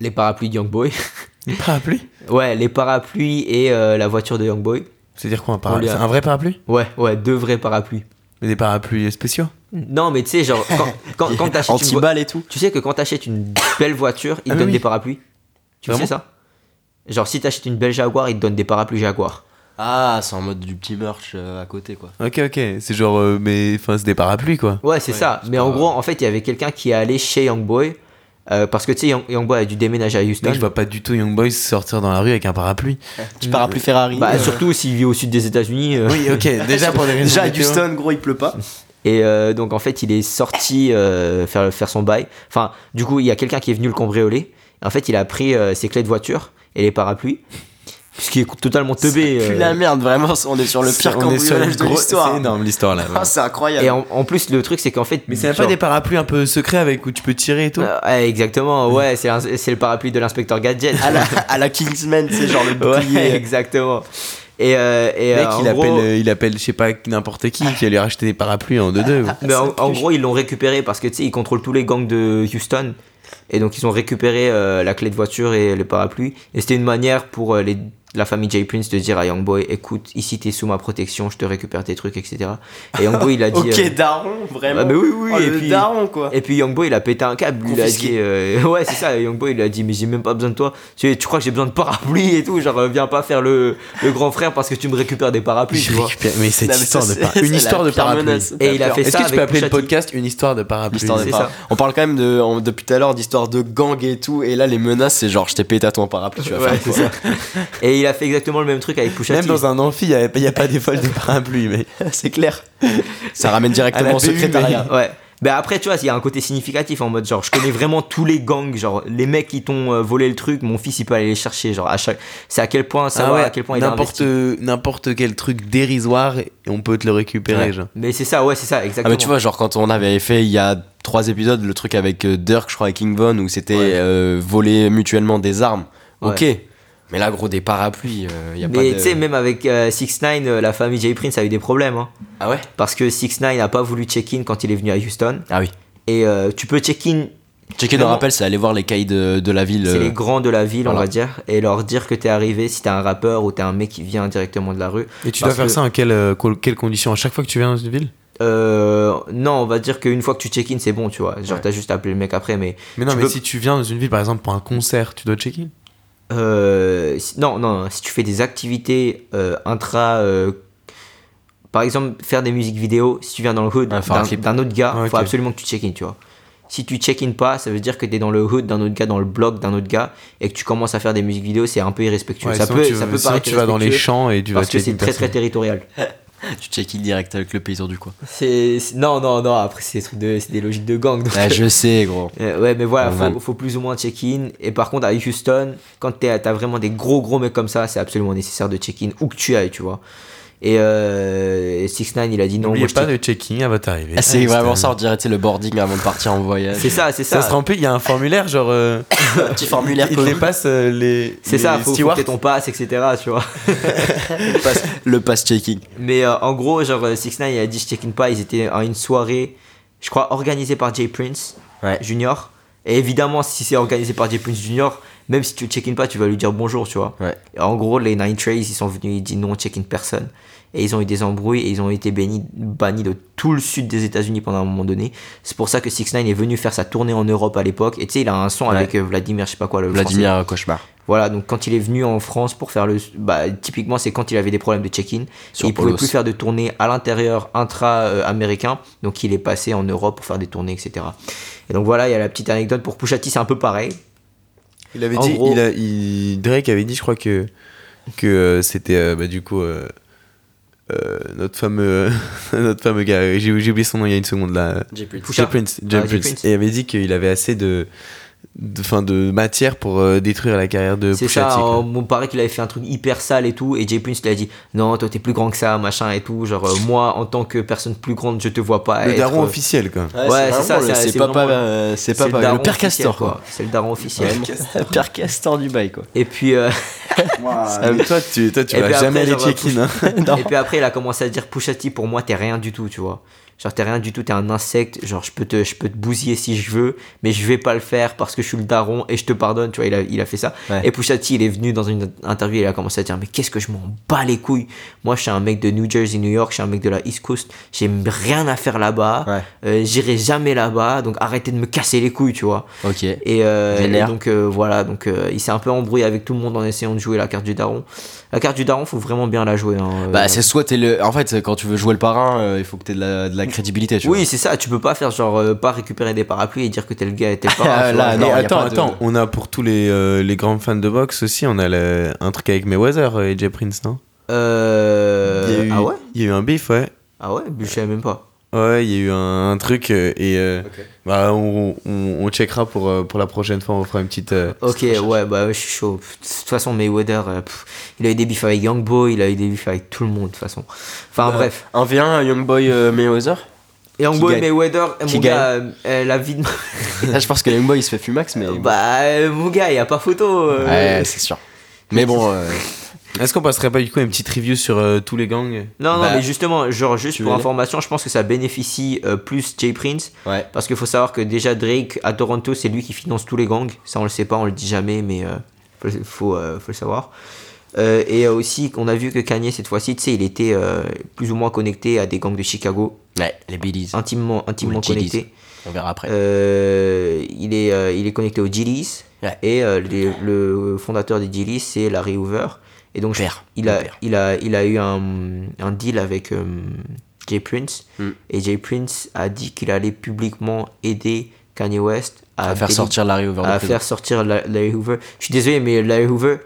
[SPEAKER 3] les parapluies de Young Boy.
[SPEAKER 2] Un parapluie
[SPEAKER 3] ouais, les parapluies et euh, la voiture de Young Boy.
[SPEAKER 2] C'est-à-dire quoi, un
[SPEAKER 3] On lui
[SPEAKER 2] parapluie
[SPEAKER 3] a-
[SPEAKER 2] C'est Un vrai parapluie
[SPEAKER 3] Ouais, ouais, deux vrais parapluies.
[SPEAKER 2] Mais des parapluies spéciaux
[SPEAKER 3] Mm. Non, mais tu sais, genre, quand, quand, quand t'achètes une vo-
[SPEAKER 1] Anti-balle et tout.
[SPEAKER 3] Tu sais que quand t'achètes une belle voiture, ils
[SPEAKER 2] Ah,
[SPEAKER 3] te
[SPEAKER 2] mais
[SPEAKER 3] donnent
[SPEAKER 2] oui.
[SPEAKER 3] des parapluies Tu
[SPEAKER 2] Vraiment
[SPEAKER 3] sais ça Genre, si t'achètes une belle Jaguar, ils te donnent des parapluies Jaguar.
[SPEAKER 1] Ah, c'est en mode du petit merch euh, à côté, quoi.
[SPEAKER 2] Ok, ok, c'est genre, euh, mais enfin, c'est des parapluies quoi.
[SPEAKER 3] Ouais, c'est
[SPEAKER 1] Ouais,
[SPEAKER 3] ça.
[SPEAKER 1] c'est
[SPEAKER 3] Mais
[SPEAKER 1] pas-
[SPEAKER 3] en gros, en fait, il y avait quelqu'un qui est allé chez Youngboy. euh, parce que tu sais, Young- Youngboy a dû déménager à Houston.
[SPEAKER 2] Mec, je vois pas du tout Young Boys sortir dans la rue avec un parapluie.
[SPEAKER 1] Petit parapluie Ferrari.
[SPEAKER 3] Bah,
[SPEAKER 1] euh,
[SPEAKER 3] surtout s'il vit au sud des États-Unis. euh.
[SPEAKER 2] Oui, ok, déjà pour des raisons.
[SPEAKER 1] Déjà, à
[SPEAKER 2] météo.
[SPEAKER 1] Houston, gros, il pleut pas.
[SPEAKER 3] Et euh, donc en fait, il est sorti euh, faire, faire son bail. Enfin, du coup, il y a quelqu'un qui est venu le cambrioler. En fait, il a pris euh, ses clés de voiture et les parapluies. Ce qui est totalement teubé.
[SPEAKER 1] Pue
[SPEAKER 3] euh.
[SPEAKER 1] la merde, vraiment, on est sur le pire
[SPEAKER 2] On est sur une
[SPEAKER 1] cambriolage de
[SPEAKER 2] grosse-
[SPEAKER 1] l'histoire.
[SPEAKER 2] C'est énorme l'histoire là.
[SPEAKER 1] Ah, c'est incroyable.
[SPEAKER 3] Et en, en plus, le truc, c'est qu'en fait.
[SPEAKER 2] Mais c'est pas
[SPEAKER 3] genre-
[SPEAKER 2] des parapluies un peu secrets avec où tu peux tirer et tout
[SPEAKER 3] Euh, ouais, exactement, ouais, c'est un- c'est le parapluie de l'inspecteur Gadget.
[SPEAKER 1] À la, à la Kingsman, c'est genre Ah, le
[SPEAKER 3] ouais,
[SPEAKER 1] bouclier.
[SPEAKER 3] exactement. Et, euh, et
[SPEAKER 2] Mec,
[SPEAKER 3] euh, en
[SPEAKER 2] il
[SPEAKER 3] gros-
[SPEAKER 2] appelle, euh, il appelle, je sais pas, n'importe qui qui va lui racheter des parapluies en hein. 2-2.
[SPEAKER 1] Ah,
[SPEAKER 2] ouais.
[SPEAKER 3] Mais en, en gros, ils l'ont récupéré parce que tu sais, ils contrôlent tous les gangs de Houston. Et donc, ils ont récupéré euh, la clé de voiture et le parapluie. Et c'était une manière pour euh, les, la famille Jay Prince de dire à Youngboy écoute, ici t'es sous ma protection, je te récupère tes trucs, etc. Et Youngboy, il a dit.
[SPEAKER 1] ok,
[SPEAKER 3] euh,
[SPEAKER 1] Daron, vraiment.
[SPEAKER 3] Ah, mais oui, oui,
[SPEAKER 1] Oh,
[SPEAKER 3] et
[SPEAKER 1] le
[SPEAKER 3] puis-
[SPEAKER 1] Daron, quoi.
[SPEAKER 3] et puis Youngboy il a pété un câble, il a
[SPEAKER 1] Confisqué.
[SPEAKER 3] dit euh, ouais c'est ça Youngboy il a dit mais j'ai même pas besoin de toi, tu, tu crois que j'ai besoin de parapluie et tout, genre euh, viens pas faire le, le grand frère parce que tu me récupères des parapluies tu
[SPEAKER 2] Je
[SPEAKER 3] vois.
[SPEAKER 2] récupère- Mais cette
[SPEAKER 1] Non, mais ça,
[SPEAKER 2] histoire de
[SPEAKER 1] c'est-
[SPEAKER 2] par-
[SPEAKER 1] c'est
[SPEAKER 2] Une
[SPEAKER 1] la
[SPEAKER 2] histoire de
[SPEAKER 1] pire
[SPEAKER 2] parapluie.
[SPEAKER 1] menace.
[SPEAKER 3] Et il a
[SPEAKER 1] Peur.
[SPEAKER 3] fait
[SPEAKER 2] Est-ce
[SPEAKER 3] ça
[SPEAKER 2] que tu
[SPEAKER 3] avec
[SPEAKER 2] peux appeler le
[SPEAKER 3] Pusha T.
[SPEAKER 2] podcast une histoire de parapluie
[SPEAKER 1] L'histoire de
[SPEAKER 3] c'est
[SPEAKER 1] par-
[SPEAKER 3] ça.
[SPEAKER 1] On parle quand même de, on- depuis tout à l'heure d'histoire de gang et tout, et là les menaces c'est genre je t'ai pété à ton parapluie, tu vas
[SPEAKER 3] Ouais,
[SPEAKER 1] faire
[SPEAKER 3] c'est
[SPEAKER 1] quoi
[SPEAKER 3] ça. Et il a fait exactement le même truc avec Pusha
[SPEAKER 2] Même
[SPEAKER 3] T.
[SPEAKER 2] dans un amphi, il n'y a, pas des vols de parapluie, mais.
[SPEAKER 1] C'est clair. Ça ramène
[SPEAKER 2] À
[SPEAKER 1] directement
[SPEAKER 2] la
[SPEAKER 1] au
[SPEAKER 2] PU,
[SPEAKER 1] secrétariat.
[SPEAKER 3] Ouais. Ben après, tu vois, il y a un côté significatif en mode genre, je connais vraiment tous les gangs, genre les mecs qui t'ont euh, volé le truc, mon fils il peut aller les chercher, genre à chaque. C'est à quel point ça
[SPEAKER 2] Ah ouais,
[SPEAKER 3] à quel point il est
[SPEAKER 2] n'importe,
[SPEAKER 3] investi.
[SPEAKER 2] n'importe quel truc dérisoire, et on peut te le récupérer,
[SPEAKER 1] Ouais.
[SPEAKER 2] genre.
[SPEAKER 3] Mais c'est ça, ouais, c'est ça,
[SPEAKER 1] Ah
[SPEAKER 3] exactement.
[SPEAKER 1] mais tu vois genre quand on avait fait il y a trois épisodes le truc avec euh, Dirk je crois et King Von où c'était
[SPEAKER 3] Ouais.
[SPEAKER 1] euh, voler mutuellement des armes.
[SPEAKER 3] Ouais.
[SPEAKER 1] Ok. Mais là, gros, des parapluies, euh, y a pas
[SPEAKER 3] Mais tu sais,
[SPEAKER 1] de...
[SPEAKER 3] même avec euh, 6 9 la famille Jay Prince a eu des problèmes. hein.
[SPEAKER 1] Ah ouais
[SPEAKER 3] parce que 6 9 n'a pas voulu check-in quand il est venu à Houston.
[SPEAKER 1] Ah oui.
[SPEAKER 3] Et euh, tu peux check-in,
[SPEAKER 1] Checker dans
[SPEAKER 3] Vraiment.
[SPEAKER 1] rappel, c'est aller voir les cailles de, de la ville.
[SPEAKER 3] c'est
[SPEAKER 1] euh,
[SPEAKER 3] les grands de la ville, on
[SPEAKER 1] voilà.
[SPEAKER 3] va dire, et leur dire que t'es arrivé si t'es un rappeur ou t'es un mec qui vient directement de la rue.
[SPEAKER 2] Et tu
[SPEAKER 3] Parce
[SPEAKER 2] dois faire
[SPEAKER 3] que-
[SPEAKER 2] ça en quelle, euh, col- quelles conditions À chaque fois que tu viens dans une ville
[SPEAKER 3] Euh, non, on va dire qu'une fois que tu check-in, c'est bon, tu vois. Genre,
[SPEAKER 1] Ouais.
[SPEAKER 3] t'as juste appelé le mec après, mais.
[SPEAKER 2] Mais non,
[SPEAKER 3] Tu
[SPEAKER 2] mais
[SPEAKER 3] peux-
[SPEAKER 2] si tu viens dans une ville, par exemple, pour un concert, tu dois check-in
[SPEAKER 3] euh, si- non, non, non, si tu fais des activités euh, intra. euh, par exemple, faire des musiques vidéo, si tu viens dans le hood
[SPEAKER 1] Ouais, faire un
[SPEAKER 3] d'un
[SPEAKER 1] clip.
[SPEAKER 3] d'un autre gars,
[SPEAKER 2] Ah, ok.
[SPEAKER 3] faut absolument que tu check-in, tu vois. Si tu check-in pas, ça veut dire que t'es dans le hood d'un autre gars, dans le blog d'un autre gars, et que tu commences à faire des musiques vidéo, c'est un peu irrespectueux.
[SPEAKER 2] Ouais,
[SPEAKER 3] ça,
[SPEAKER 2] sinon
[SPEAKER 3] peut,
[SPEAKER 2] tu, vas-
[SPEAKER 3] ça peut
[SPEAKER 2] sinon
[SPEAKER 3] paraître
[SPEAKER 2] tu vas dans les
[SPEAKER 3] irrespectueux
[SPEAKER 2] champs et tu vas
[SPEAKER 3] Parce que
[SPEAKER 2] check
[SPEAKER 3] c'est très très territorial.
[SPEAKER 1] Tu check in direct avec le paysan du coin.
[SPEAKER 3] C'est c'est- non non non après c'est des trucs de c'est des logiques de gang. donc-
[SPEAKER 1] Ah, je sais, gros.
[SPEAKER 3] Euh, ouais, mais voilà, faut,
[SPEAKER 1] Normal.
[SPEAKER 3] faut plus ou moins check-in. Et par contre, à Houston, quand t'es- t'as vraiment des gros gros mecs comme ça, c'est absolument nécessaire de check-in où que tu ailles, tu vois. Et euh, 6 9 il a dit non, moi
[SPEAKER 2] N'oubliez
[SPEAKER 3] je
[SPEAKER 2] pas
[SPEAKER 3] check-
[SPEAKER 2] de check-in, elle va t'arriver.
[SPEAKER 1] Ah, c'est
[SPEAKER 2] Ah,
[SPEAKER 1] vraiment
[SPEAKER 2] c'est-
[SPEAKER 1] ça, on dirait tu sais, le boarding avant de partir en voyage.
[SPEAKER 3] C'est ça, c'est
[SPEAKER 2] Ça
[SPEAKER 3] ça.
[SPEAKER 2] se remplit, il y a un formulaire, genre. euh,
[SPEAKER 1] un petit formulaire
[SPEAKER 2] il te
[SPEAKER 1] Covid.
[SPEAKER 2] les passe euh, les.
[SPEAKER 3] C'est ça,
[SPEAKER 2] les
[SPEAKER 3] faut, faut
[SPEAKER 2] stewards.
[SPEAKER 3] que t'aies ton passe, etc. Tu vois.
[SPEAKER 1] le pass, le pass checking.
[SPEAKER 3] Mais euh, en gros, genre 6 9 il a dit je check-in pas. Ils étaient à une soirée, je crois, organisée par Jay Prince
[SPEAKER 1] Ouais.
[SPEAKER 3] Junior. Et évidemment, si c'est organisé par Jay Prince Junior, même si tu check-in pas, tu vas lui dire bonjour, tu vois.
[SPEAKER 1] Ouais.
[SPEAKER 3] Et En gros, les Nine Trails, ils sont venus, ils disent non, on check in personne. Et ils ont eu des embrouilles et ils ont été bénis, bannis de tout le sud des États-Unis pendant un moment donné. C'est pour ça que 6 9 est venu faire sa tournée en Europe à l'époque. Et tu sais, il a un son
[SPEAKER 1] Ouais.
[SPEAKER 3] avec euh, Vladimir, je sais pas quoi, le
[SPEAKER 1] Vladimir euh, Cauchemar.
[SPEAKER 3] français. Voilà, donc quand il est venu en France pour faire le. Bah, typiquement, c'est quand il avait des problèmes de check-in. Et
[SPEAKER 1] Sur
[SPEAKER 3] il pouvait
[SPEAKER 1] Polos.
[SPEAKER 3] plus faire de tournées à l'intérieur intra-américain. Donc il est passé en Europe pour faire des tournées, etc. Et donc voilà, il y a la petite anecdote. Pour Pouchati, c'est un peu pareil.
[SPEAKER 2] Il avait
[SPEAKER 3] En
[SPEAKER 2] dit,
[SPEAKER 3] gros-
[SPEAKER 2] il a- il- Drake avait dit, je crois que que euh, c'était euh, bah, du coup euh, euh, notre fameux notre fameux gars. euh, J'ai j'ai oublié son nom il y a une seconde là.
[SPEAKER 3] Pusha.
[SPEAKER 2] Jay Prince, Jay
[SPEAKER 3] Ah, Jay
[SPEAKER 2] Prince.
[SPEAKER 3] Prince.
[SPEAKER 2] Et il avait dit qu'il avait assez de de, fin, de matière pour euh, détruire la carrière de
[SPEAKER 3] C'est
[SPEAKER 2] Pusha T,
[SPEAKER 3] ça,
[SPEAKER 2] quoi.
[SPEAKER 3] on on paraît qu'il avait fait un truc hyper sale et tout, et Jay Prince lui a dit Non, toi t'es plus grand que ça, machin et tout. Genre, euh, moi en tant que personne plus grande, je te vois pas.
[SPEAKER 2] le
[SPEAKER 3] être- euh,
[SPEAKER 2] daron officiel quoi.
[SPEAKER 3] Ouais, c'est c'est ça, le- c'est- c'est
[SPEAKER 1] C'est
[SPEAKER 3] c'est papa,
[SPEAKER 1] papa,
[SPEAKER 3] vraiment-
[SPEAKER 1] c'est
[SPEAKER 3] C'est
[SPEAKER 1] papa,
[SPEAKER 3] daron
[SPEAKER 1] le père
[SPEAKER 3] officiel,
[SPEAKER 1] Castor, quoi.
[SPEAKER 3] C'est le daron officiel.
[SPEAKER 1] père Castor du bail, quoi.
[SPEAKER 3] Et puis, euh,
[SPEAKER 2] Ah, mais toi tu toi tu
[SPEAKER 3] Et
[SPEAKER 2] vas
[SPEAKER 3] puis après,
[SPEAKER 2] jamais aller
[SPEAKER 3] genre,
[SPEAKER 2] check-in. hein.
[SPEAKER 3] et puis après, il a commencé à dire Pouchati, pour moi t'es rien du tout, tu vois. Genre, t'es rien du tout, t'es un insecte. Genre, je peux, te, je peux te bousiller si je veux, mais je vais pas le faire parce que je suis le daron et je te pardonne, tu vois. Il a, il a fait ça.
[SPEAKER 1] Ouais.
[SPEAKER 3] Et Pouchati, il est venu dans une interview, il a commencé à dire Mais qu'est-ce que je m'en bats les couilles Moi, je suis un mec de New Jersey, New York, je suis un mec de la East Coast, j'ai rien à faire là-bas,
[SPEAKER 1] Ouais.
[SPEAKER 3] Euh, j'irai jamais là-bas, donc arrêtez de me casser les couilles, tu vois.
[SPEAKER 1] Ok.
[SPEAKER 3] Et, euh,
[SPEAKER 1] Vénère.
[SPEAKER 3] et donc euh, voilà, donc euh, il s'est un peu embrouillé avec tout le monde en essayant de jouer la carte du daron. La carte du daron, faut vraiment bien la jouer. hein, euh.
[SPEAKER 1] Bah, c'est soit t'es le. En fait, quand tu veux jouer le parrain, euh, il faut que t'aies de la, de la crédibilité, tu
[SPEAKER 3] oui, c'est ça. Tu peux pas faire genre euh, pas récupérer des parapluies et dire que t'es le gars et t'es le
[SPEAKER 1] Ah,
[SPEAKER 3] parrain. tu vois.
[SPEAKER 1] là,
[SPEAKER 2] Mais
[SPEAKER 1] non, y a
[SPEAKER 2] attends,
[SPEAKER 1] pas de-
[SPEAKER 2] attends, on a pour tous les, euh, les grands fans de boxe aussi, on a le- un truc avec Mayweather euh, et Jay Prince, non Il y a
[SPEAKER 3] Euh,
[SPEAKER 2] eu-
[SPEAKER 3] Ah ouais
[SPEAKER 2] Il y a eu un beef, ouais.
[SPEAKER 3] Ah ouais Je savais même pas.
[SPEAKER 2] Ouais, il y a eu un, un truc euh, et euh, bah, on, on, on checkera pour, euh, pour la prochaine fois, on fera une petite. euh,
[SPEAKER 3] Ok, ouais, bah ouais, je suis chaud. Pff, De toute façon, Mayweather, euh, pff, il a eu des bifs avec Youngboy, il a eu des bifs avec tout le monde, de toute façon.
[SPEAKER 1] Euh,
[SPEAKER 3] Enfin, bref.
[SPEAKER 1] Un V1, un Youngboy euh, Mayweather.
[SPEAKER 3] Youngboy,
[SPEAKER 1] gagne
[SPEAKER 3] Mayweather,
[SPEAKER 1] Qui
[SPEAKER 3] mon gars, euh, euh, la vie de.
[SPEAKER 1] Là, je pense que Youngboy il se fait fumax, mais.
[SPEAKER 3] bah, euh, mon gars, y a pas photo. euh.
[SPEAKER 1] Ouais, c'est sûr. Mais bon, euh,
[SPEAKER 2] Est-ce qu'on passerait pas du coup à une petite review sur euh, tous les gangs
[SPEAKER 3] Non,
[SPEAKER 1] Bah,
[SPEAKER 3] non, mais justement, genre juste
[SPEAKER 1] tu
[SPEAKER 3] pour
[SPEAKER 1] veux aller
[SPEAKER 3] information, je pense que ça bénéficie euh, plus Jay Prince.
[SPEAKER 1] ouais.
[SPEAKER 3] Parce qu'il faut savoir que déjà Drake à Toronto, c'est lui qui finance tous les gangs. Ça, on le sait pas, on le dit jamais, mais euh, faut, faut, euh, faut le savoir. Euh, et euh, aussi, on a vu que Kanye, cette fois-ci, tu sais, il était euh, plus ou moins connecté à des gangs de Chicago,
[SPEAKER 1] Ouais, les Billys.
[SPEAKER 3] intimement, intimement
[SPEAKER 1] Ou les GDs.
[SPEAKER 3] connecté.
[SPEAKER 1] On verra après.
[SPEAKER 3] Euh, il, est, euh, il est connecté aux Gillies.
[SPEAKER 1] Ouais.
[SPEAKER 3] Et euh, les- le fondateur des Gillies, c'est Larry Hoover. Et donc, je-
[SPEAKER 1] Père,
[SPEAKER 3] il, a,
[SPEAKER 1] mon père.
[SPEAKER 3] il, a, il a eu un, un deal avec euh, Jay Prince.
[SPEAKER 1] Mm.
[SPEAKER 3] Et Jay Prince a dit qu'il allait publiquement aider Kanye West à,
[SPEAKER 1] À faire
[SPEAKER 3] déli-
[SPEAKER 1] sortir Larry Hoover de
[SPEAKER 3] à
[SPEAKER 1] prison.
[SPEAKER 3] faire sortir La- Larry Hoover. Je suis désolé, mais Larry Hoover,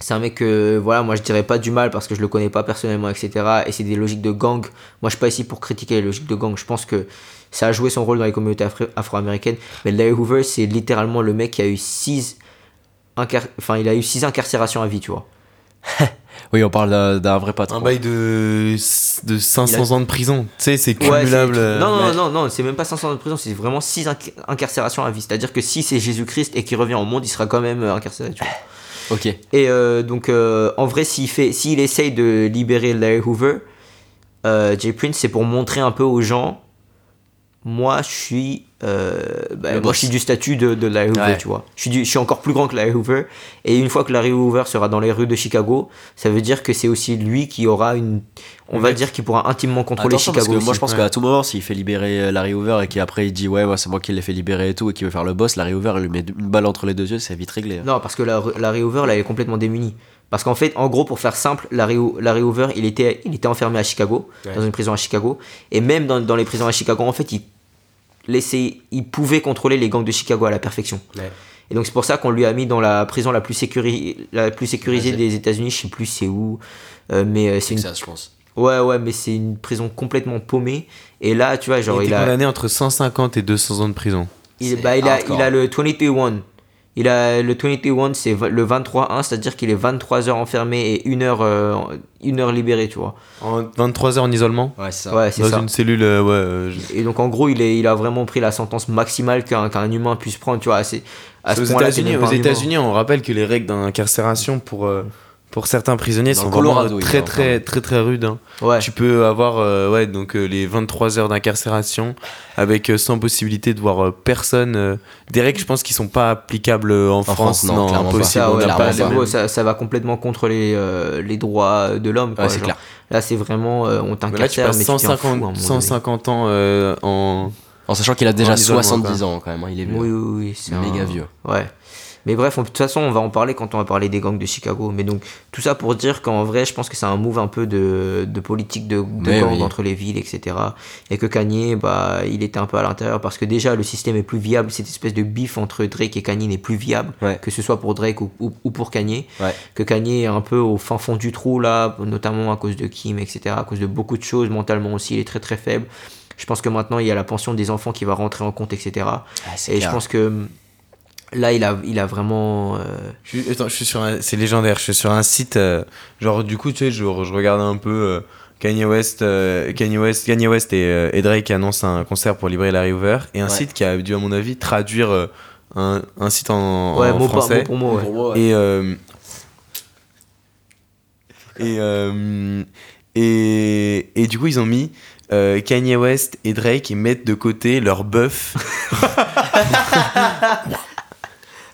[SPEAKER 3] c'est un mec que, voilà, moi je dirais pas du mal parce que je le connais pas personnellement, etc. Et c'est des logiques de gang. Moi je suis pas ici pour critiquer les logiques de gang. Je pense que ça a joué son rôle dans les communautés afri- afro-américaines. Mais Larry Hoover, c'est littéralement le mec qui a eu 6 enfin, il a eu six incarcérations à vie, tu vois.
[SPEAKER 1] Oui, on parle d'un- d'un vrai patron.
[SPEAKER 2] Un bail de, de 500 ans de prison, tu sais, c'est
[SPEAKER 3] Ouais,
[SPEAKER 2] cumulable.
[SPEAKER 3] c'est-
[SPEAKER 2] euh,
[SPEAKER 3] non, non,
[SPEAKER 2] mais-
[SPEAKER 3] non, non, c'est même pas 500 ans de prison, c'est vraiment 6 incarcérations à vie. C'est-à-dire que si c'est Jésus-Christ et qu'il revient au monde, il sera quand même euh, incarcéré. tu vois.
[SPEAKER 1] Ok.
[SPEAKER 3] Et euh, donc, euh, en vrai, s'il fait, s'il essaye de libérer Larry Hoover, euh, Jay Prince, c'est pour montrer un peu aux gens, moi, je suis, euh, bah,
[SPEAKER 1] Le
[SPEAKER 3] moi,
[SPEAKER 1] boss.
[SPEAKER 3] je suis du statut de, de Larry Hoover,
[SPEAKER 1] Ouais.
[SPEAKER 3] tu vois. Je suis, du- je suis encore plus grand que Larry Hoover. Et une fois que Larry Hoover sera dans les rues de Chicago, ça veut dire que c'est aussi lui qui aura une, on va dire, qui pourra intimement contrôler
[SPEAKER 1] Attention, parce
[SPEAKER 3] Chicago.
[SPEAKER 1] que moi
[SPEAKER 3] aussi.
[SPEAKER 1] je pense qu'à tout moment, s'il fait libérer euh, Larry Hoover et qu'après il dit ouais, moi c'est moi qui l'ai fait libérer et tout et qu'il veut faire le boss, Larry Hoover il lui met une balle entre les deux yeux, c'est vite réglé. hein.
[SPEAKER 3] Non, parce que la, la Hoover, là, elle est complètement démunie. Parce qu'en fait, en gros, pour faire simple, Larry, Ho- Larry Hoover, il était, il était enfermé à Chicago, dans une prison à Chicago. Et même dans, dans les prisons à Chicago, en fait, il, laissait, il pouvait contrôler les gangs de Chicago à la perfection. Et donc, c'est pour ça qu'on lui a mis dans la prison la plus, sécuri- la plus sécurisée des États-Unis, je sais plus c'est où. euh, mais euh, c'est une...
[SPEAKER 1] je pense.
[SPEAKER 3] Ouais, ouais, mais c'est une prison complètement paumée. Et là, tu vois, genre,
[SPEAKER 2] il
[SPEAKER 3] il,
[SPEAKER 2] était
[SPEAKER 3] a.
[SPEAKER 2] condamné entre 150 et 200 ans de prison.
[SPEAKER 3] Il,
[SPEAKER 1] C'est
[SPEAKER 3] bah, il, a,
[SPEAKER 1] hardcore.
[SPEAKER 3] il a le 21. Il a le 21, c'est v- le 23-1, c'est-à-dire qu'il est 23 heures enfermé et 1 heure, euh, une heure libéré, tu vois.
[SPEAKER 2] En 23 heures en isolement
[SPEAKER 1] Ouais, c'est ça.
[SPEAKER 3] Ouais, c'est
[SPEAKER 2] Dans
[SPEAKER 3] ça.
[SPEAKER 2] une cellule, euh, ouais. euh, je-
[SPEAKER 3] Et donc, en gros, il, est, il a vraiment pris la sentence maximale qu'un qu'un humain puisse prendre, tu vois. C'est- À ce
[SPEAKER 2] aux
[SPEAKER 3] point-là, t'es
[SPEAKER 2] États-Unis,
[SPEAKER 3] même pas
[SPEAKER 2] aux
[SPEAKER 3] un humain.
[SPEAKER 2] États-Unis, on rappelle que les règles d'incarcération pour euh, pour certains prisonniers
[SPEAKER 1] Dans
[SPEAKER 2] sont
[SPEAKER 1] le
[SPEAKER 2] vraiment
[SPEAKER 1] Colorado, il est
[SPEAKER 2] très
[SPEAKER 1] encore.
[SPEAKER 2] très très très rudes. hein.
[SPEAKER 3] Ouais.
[SPEAKER 2] Tu peux avoir euh, ouais donc euh, les 23 heures d'incarcération avec euh, sans possibilité de voir euh, personne. euh, des règles, je pense, qui sont pas applicables euh, en, France,
[SPEAKER 1] France, non,
[SPEAKER 2] non,
[SPEAKER 1] clairement pas.
[SPEAKER 2] impossible.
[SPEAKER 3] Ça,
[SPEAKER 2] on
[SPEAKER 3] ouais,
[SPEAKER 2] n'a
[SPEAKER 3] là,
[SPEAKER 2] pas
[SPEAKER 3] en
[SPEAKER 2] les
[SPEAKER 3] gros,
[SPEAKER 2] mêmes-
[SPEAKER 3] ça, ça va complètement contre les, euh, les droits de l'homme. quoi,
[SPEAKER 1] Ouais, c'est
[SPEAKER 3] genre.
[SPEAKER 1] clair.
[SPEAKER 3] Là, c'est vraiment, euh, on
[SPEAKER 2] Mais Là, tu
[SPEAKER 3] t'incarcère, mais
[SPEAKER 2] passes
[SPEAKER 3] tu t'en fous, hein, à un
[SPEAKER 2] 150,
[SPEAKER 3] moment donné.
[SPEAKER 2] 150 ans euh, en.
[SPEAKER 1] En sachant qu'il a
[SPEAKER 2] En
[SPEAKER 1] déjà
[SPEAKER 2] isolement,
[SPEAKER 1] 70 ans quand même, hein, il est vieux.
[SPEAKER 3] Oui, oui, oui. c'est
[SPEAKER 1] Méga
[SPEAKER 3] un-
[SPEAKER 1] vieux.
[SPEAKER 3] Ouais. Mais bref, on- de toute façon, on va en parler quand on va parler des gangs de Chicago. Mais donc, tout ça pour dire qu'en vrai, je pense que c'est un move un peu de, de politique de, de
[SPEAKER 1] Mais
[SPEAKER 3] gang
[SPEAKER 1] oui.
[SPEAKER 3] entre les villes, etc. Et que Kanye, bah, il était un peu à l'intérieur parce que déjà, le système est plus viable. Cette espèce de bif entre Drake et Kanye n'est plus viable,
[SPEAKER 1] Ouais.
[SPEAKER 3] que ce soit pour Drake ou, ou- ou pour Kanye.
[SPEAKER 1] Ouais.
[SPEAKER 3] Que Kanye est un peu au fin fond du trou, là, notamment à cause de Kim, etc. À cause de beaucoup de choses, mentalement aussi, il est très très faible. Je pense que maintenant, il y a la pension des enfants qui va rentrer en compte, etc. Et je pense que hum, là, il a, il a vraiment. euh,
[SPEAKER 2] Je suis- attends, je suis sur un- c'est légendaire. Je suis sur un site, euh, genre du coup, tu sais, je, je regarde un peu euh, Kanye West, euh, Kanye West, Kanye West et, euh, et Drake annoncent un concert pour libérer Larry Hoover et un
[SPEAKER 1] Ouais.
[SPEAKER 2] site qui a dû à mon avis traduire euh, un, un site en,
[SPEAKER 3] ouais,
[SPEAKER 2] en
[SPEAKER 3] mot, par- mot
[SPEAKER 2] français
[SPEAKER 3] pour mot. ouais.
[SPEAKER 2] et euh, et, euh, et et du coup ils ont mis euh, Kanye West et Drake et mettent de côté leur bœuf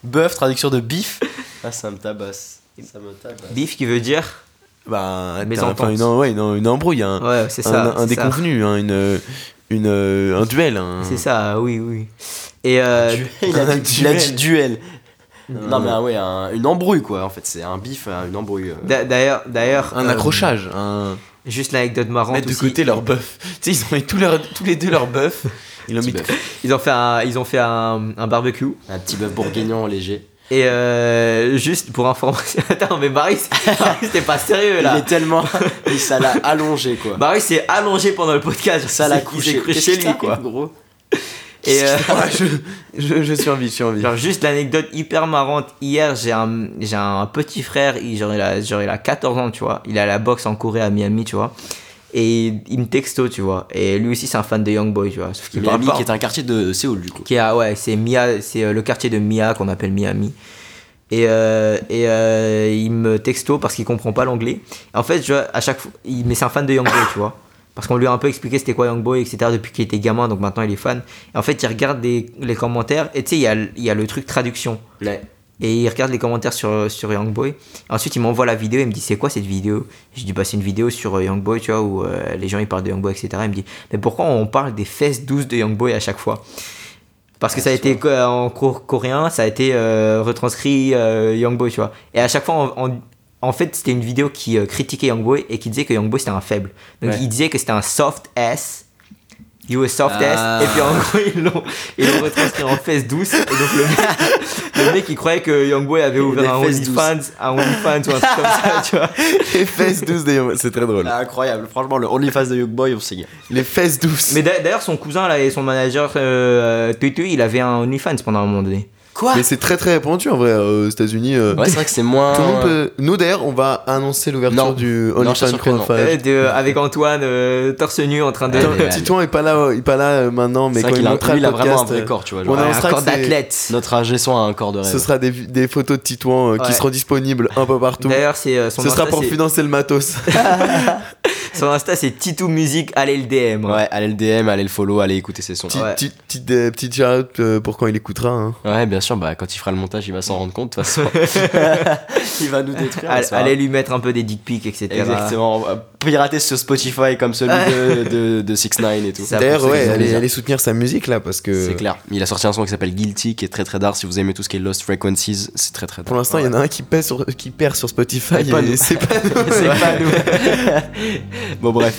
[SPEAKER 1] Bœuf, traduction de bif. Ah, ça me tabasse. Ça me tabasse.
[SPEAKER 3] Beef qui veut dire.
[SPEAKER 2] bah
[SPEAKER 3] Mais
[SPEAKER 2] t'as-
[SPEAKER 3] en
[SPEAKER 2] enfin
[SPEAKER 3] pense.
[SPEAKER 2] une, en- ouais, une, une embrouille hein.
[SPEAKER 3] Ouais, c'est
[SPEAKER 2] un,
[SPEAKER 3] ça.
[SPEAKER 2] un
[SPEAKER 3] c'est ça.
[SPEAKER 2] déconvenu, hein, une, une, euh, un duel. hein.
[SPEAKER 3] C'est ça, oui, oui. Et euh,
[SPEAKER 1] il, a dit,
[SPEAKER 2] duel.
[SPEAKER 1] il a dit duel. Non, mais ah ouais, un- une embrouille quoi en fait. C'est un bif, euh, une embrouille. euh.
[SPEAKER 3] d'a- d'ailleurs, d'ailleurs,
[SPEAKER 2] Un
[SPEAKER 3] euh,
[SPEAKER 2] accrochage, un...
[SPEAKER 3] Juste l'anecdote marrante.
[SPEAKER 2] mettre de
[SPEAKER 3] aussi.
[SPEAKER 2] côté leur bœuf. Tu sais, ils ont mis tous, leurs- tous les deux leur bœuf. Ils l'ont mis de
[SPEAKER 1] Petit
[SPEAKER 2] côté.
[SPEAKER 3] Ils ont fait un, ils ont fait un, un barbecue.
[SPEAKER 1] Un petit bœuf bourguignon léger.
[SPEAKER 3] Et euh, juste pour information. Attends, mais Maris, Maris, t'es pas sérieux là.
[SPEAKER 1] Il est tellement. il- ça l'a allongé quoi.
[SPEAKER 3] Maris s'est allongé pendant le podcast.
[SPEAKER 1] ça l'a
[SPEAKER 3] Il s'est
[SPEAKER 1] couché
[SPEAKER 3] cru
[SPEAKER 1] Qu'est-ce
[SPEAKER 3] chez
[SPEAKER 1] qui
[SPEAKER 3] lui,
[SPEAKER 1] t'arrive,
[SPEAKER 3] quoi.
[SPEAKER 1] gros
[SPEAKER 3] Et euh,
[SPEAKER 2] Ah, je, je, je survis, je survis.
[SPEAKER 3] Genre juste l'anecdote hyper marrante, hier j'ai un, j'ai un petit frère, il, genre, il a, genre il a 14 ans, tu vois, il est à la boxe en Corée à Miami, tu vois, et il, il me texto, tu vois, et lui aussi c'est un fan de Young Boy, tu vois, sauf qu'il parle
[SPEAKER 1] Miami
[SPEAKER 3] pas.
[SPEAKER 1] qui est un quartier de Séoul du coup.
[SPEAKER 3] Qui est à- ouais, c'est Mia, c'est euh, le quartier de Mia qu'on appelle Miami. Et, euh, et euh, il me texto parce qu'il comprend pas l'anglais. En fait, je, à chaque fois, il, mais c'est un fan de Youngboy, tu vois. Parce qu'on lui a un peu expliqué c'était quoi Youngboy, etc. depuis qu'il était gamin, donc maintenant il est fan. Et en fait, il regarde des- les commentaires, et tu sais, il y a, l- il y a le truc traduction.
[SPEAKER 1] Ouais.
[SPEAKER 3] Et il regarde les commentaires sur, sur Youngboy. Ensuite, il m'envoie la vidéo. Il me dit C'est quoi cette vidéo Je dis Bah, c'est une vidéo sur euh, Youngboy, tu vois, où euh, les gens ils parlent de Youngboy, etc. Il me dit Mais pourquoi on parle des fesses douces de Youngboy à chaque fois Parce que ça a été euh, en cours coréen, ça a été euh, retranscrit euh, Youngboy, tu vois. Et à chaque fois, on- on- en fait, c'était une vidéo qui euh, critiquait Youngboy et qui disait que Youngboy c'était un faible. Donc,
[SPEAKER 1] Ouais.
[SPEAKER 3] il disait que c'était un soft ass. You a soft
[SPEAKER 1] Ah.
[SPEAKER 3] ass. Et puis en gros, ils l'ont, ils l'ont retranscrit en fesses douces. Et donc le mec, le mec, il croyait que Youngboy avait
[SPEAKER 1] Des
[SPEAKER 3] ouvert un
[SPEAKER 1] fesses
[SPEAKER 3] OnlyFans, un OnlyFans ou un truc comme ça, tu vois.
[SPEAKER 2] Les fesses douces des Young- C'est très drôle.
[SPEAKER 1] Incroyable, franchement, le OnlyFans de Young Boy, on sait.
[SPEAKER 2] Les fesses douces.
[SPEAKER 3] Mais d'a- d'ailleurs, son cousin là et son manager euh, Tutu, il avait un OnlyFans pendant un moment donné.
[SPEAKER 1] Quoi
[SPEAKER 2] Mais c'est très très répandu en vrai euh, aux États-Unis. euh,
[SPEAKER 1] Ouais, c'est vrai que c'est moins.
[SPEAKER 2] Tout le monde peut- Nous d'ailleurs, on va annoncer
[SPEAKER 1] Non.
[SPEAKER 2] l'ouverture du
[SPEAKER 1] Non, je suis
[SPEAKER 2] OnlyFans
[SPEAKER 1] sûr que non.
[SPEAKER 2] Crowdfund.
[SPEAKER 3] Euh, de- avec Antoine, euh, torse nu en train de.
[SPEAKER 1] Ouais,
[SPEAKER 2] Attends,
[SPEAKER 1] mais ouais.
[SPEAKER 2] Titouan est pas là, euh, il est pas là euh, maintenant, mais
[SPEAKER 1] C'est vrai
[SPEAKER 2] quand il
[SPEAKER 1] qu'il a,
[SPEAKER 2] montera
[SPEAKER 1] lui, il
[SPEAKER 2] le
[SPEAKER 1] a vraiment un
[SPEAKER 2] podcast,
[SPEAKER 1] vrai
[SPEAKER 2] euh,
[SPEAKER 1] corps, tu vois.
[SPEAKER 2] on
[SPEAKER 1] genre.
[SPEAKER 2] a-
[SPEAKER 3] Ouais,
[SPEAKER 2] on
[SPEAKER 3] un
[SPEAKER 2] sera
[SPEAKER 3] corps
[SPEAKER 2] que c'est-
[SPEAKER 3] d'athlète.
[SPEAKER 1] Notre ingé son a un corps de rêve.
[SPEAKER 2] ce sera des, vi- des photos de Titouan euh, qui
[SPEAKER 3] Ouais.
[SPEAKER 2] seront disponibles un peu partout.
[SPEAKER 3] D'ailleurs, c'est euh, son
[SPEAKER 2] Ce sera
[SPEAKER 3] Insta,
[SPEAKER 2] pour
[SPEAKER 3] c'est-
[SPEAKER 2] financer le matos.
[SPEAKER 3] Son Insta, c'est Titou Music, allez le DM.
[SPEAKER 1] Ouais, allez le DM, allez le follow, allez écouter ses sons.
[SPEAKER 2] Petit-
[SPEAKER 3] Ouais.
[SPEAKER 2] petit- petit, euh, Petit shout euh, pour quand il écoutera. hein.
[SPEAKER 1] Ouais, bien sûr, bah quand il fera le montage, il va s'en rendre compte de toute façon. il va nous détruire.
[SPEAKER 3] Allez,
[SPEAKER 1] ça va.
[SPEAKER 3] allez lui mettre un peu des dick pics, etc.
[SPEAKER 1] ben- Exactement. on va Pirater sur Spotify comme celui de, de, de 6 9 et tout.
[SPEAKER 3] Ça-
[SPEAKER 2] D'ailleurs,
[SPEAKER 3] pour ça
[SPEAKER 2] ouais,
[SPEAKER 3] qu'ils ont
[SPEAKER 2] allez,
[SPEAKER 3] plaisir.
[SPEAKER 2] allez soutenir sa musique là parce que
[SPEAKER 1] hein. C'est clair. Il a sorti un son qui s'appelle Guilty, qui est très très dark. Si vous aimez tout ce qui est Lost Frequencies, c'est très très dark.
[SPEAKER 2] pour l'instant, il y en a un qui, pèse sur, qui perd sur Spotify
[SPEAKER 1] Et pas
[SPEAKER 2] et
[SPEAKER 1] nous.
[SPEAKER 2] c'est pas
[SPEAKER 1] C'est pas nous. bon, bref.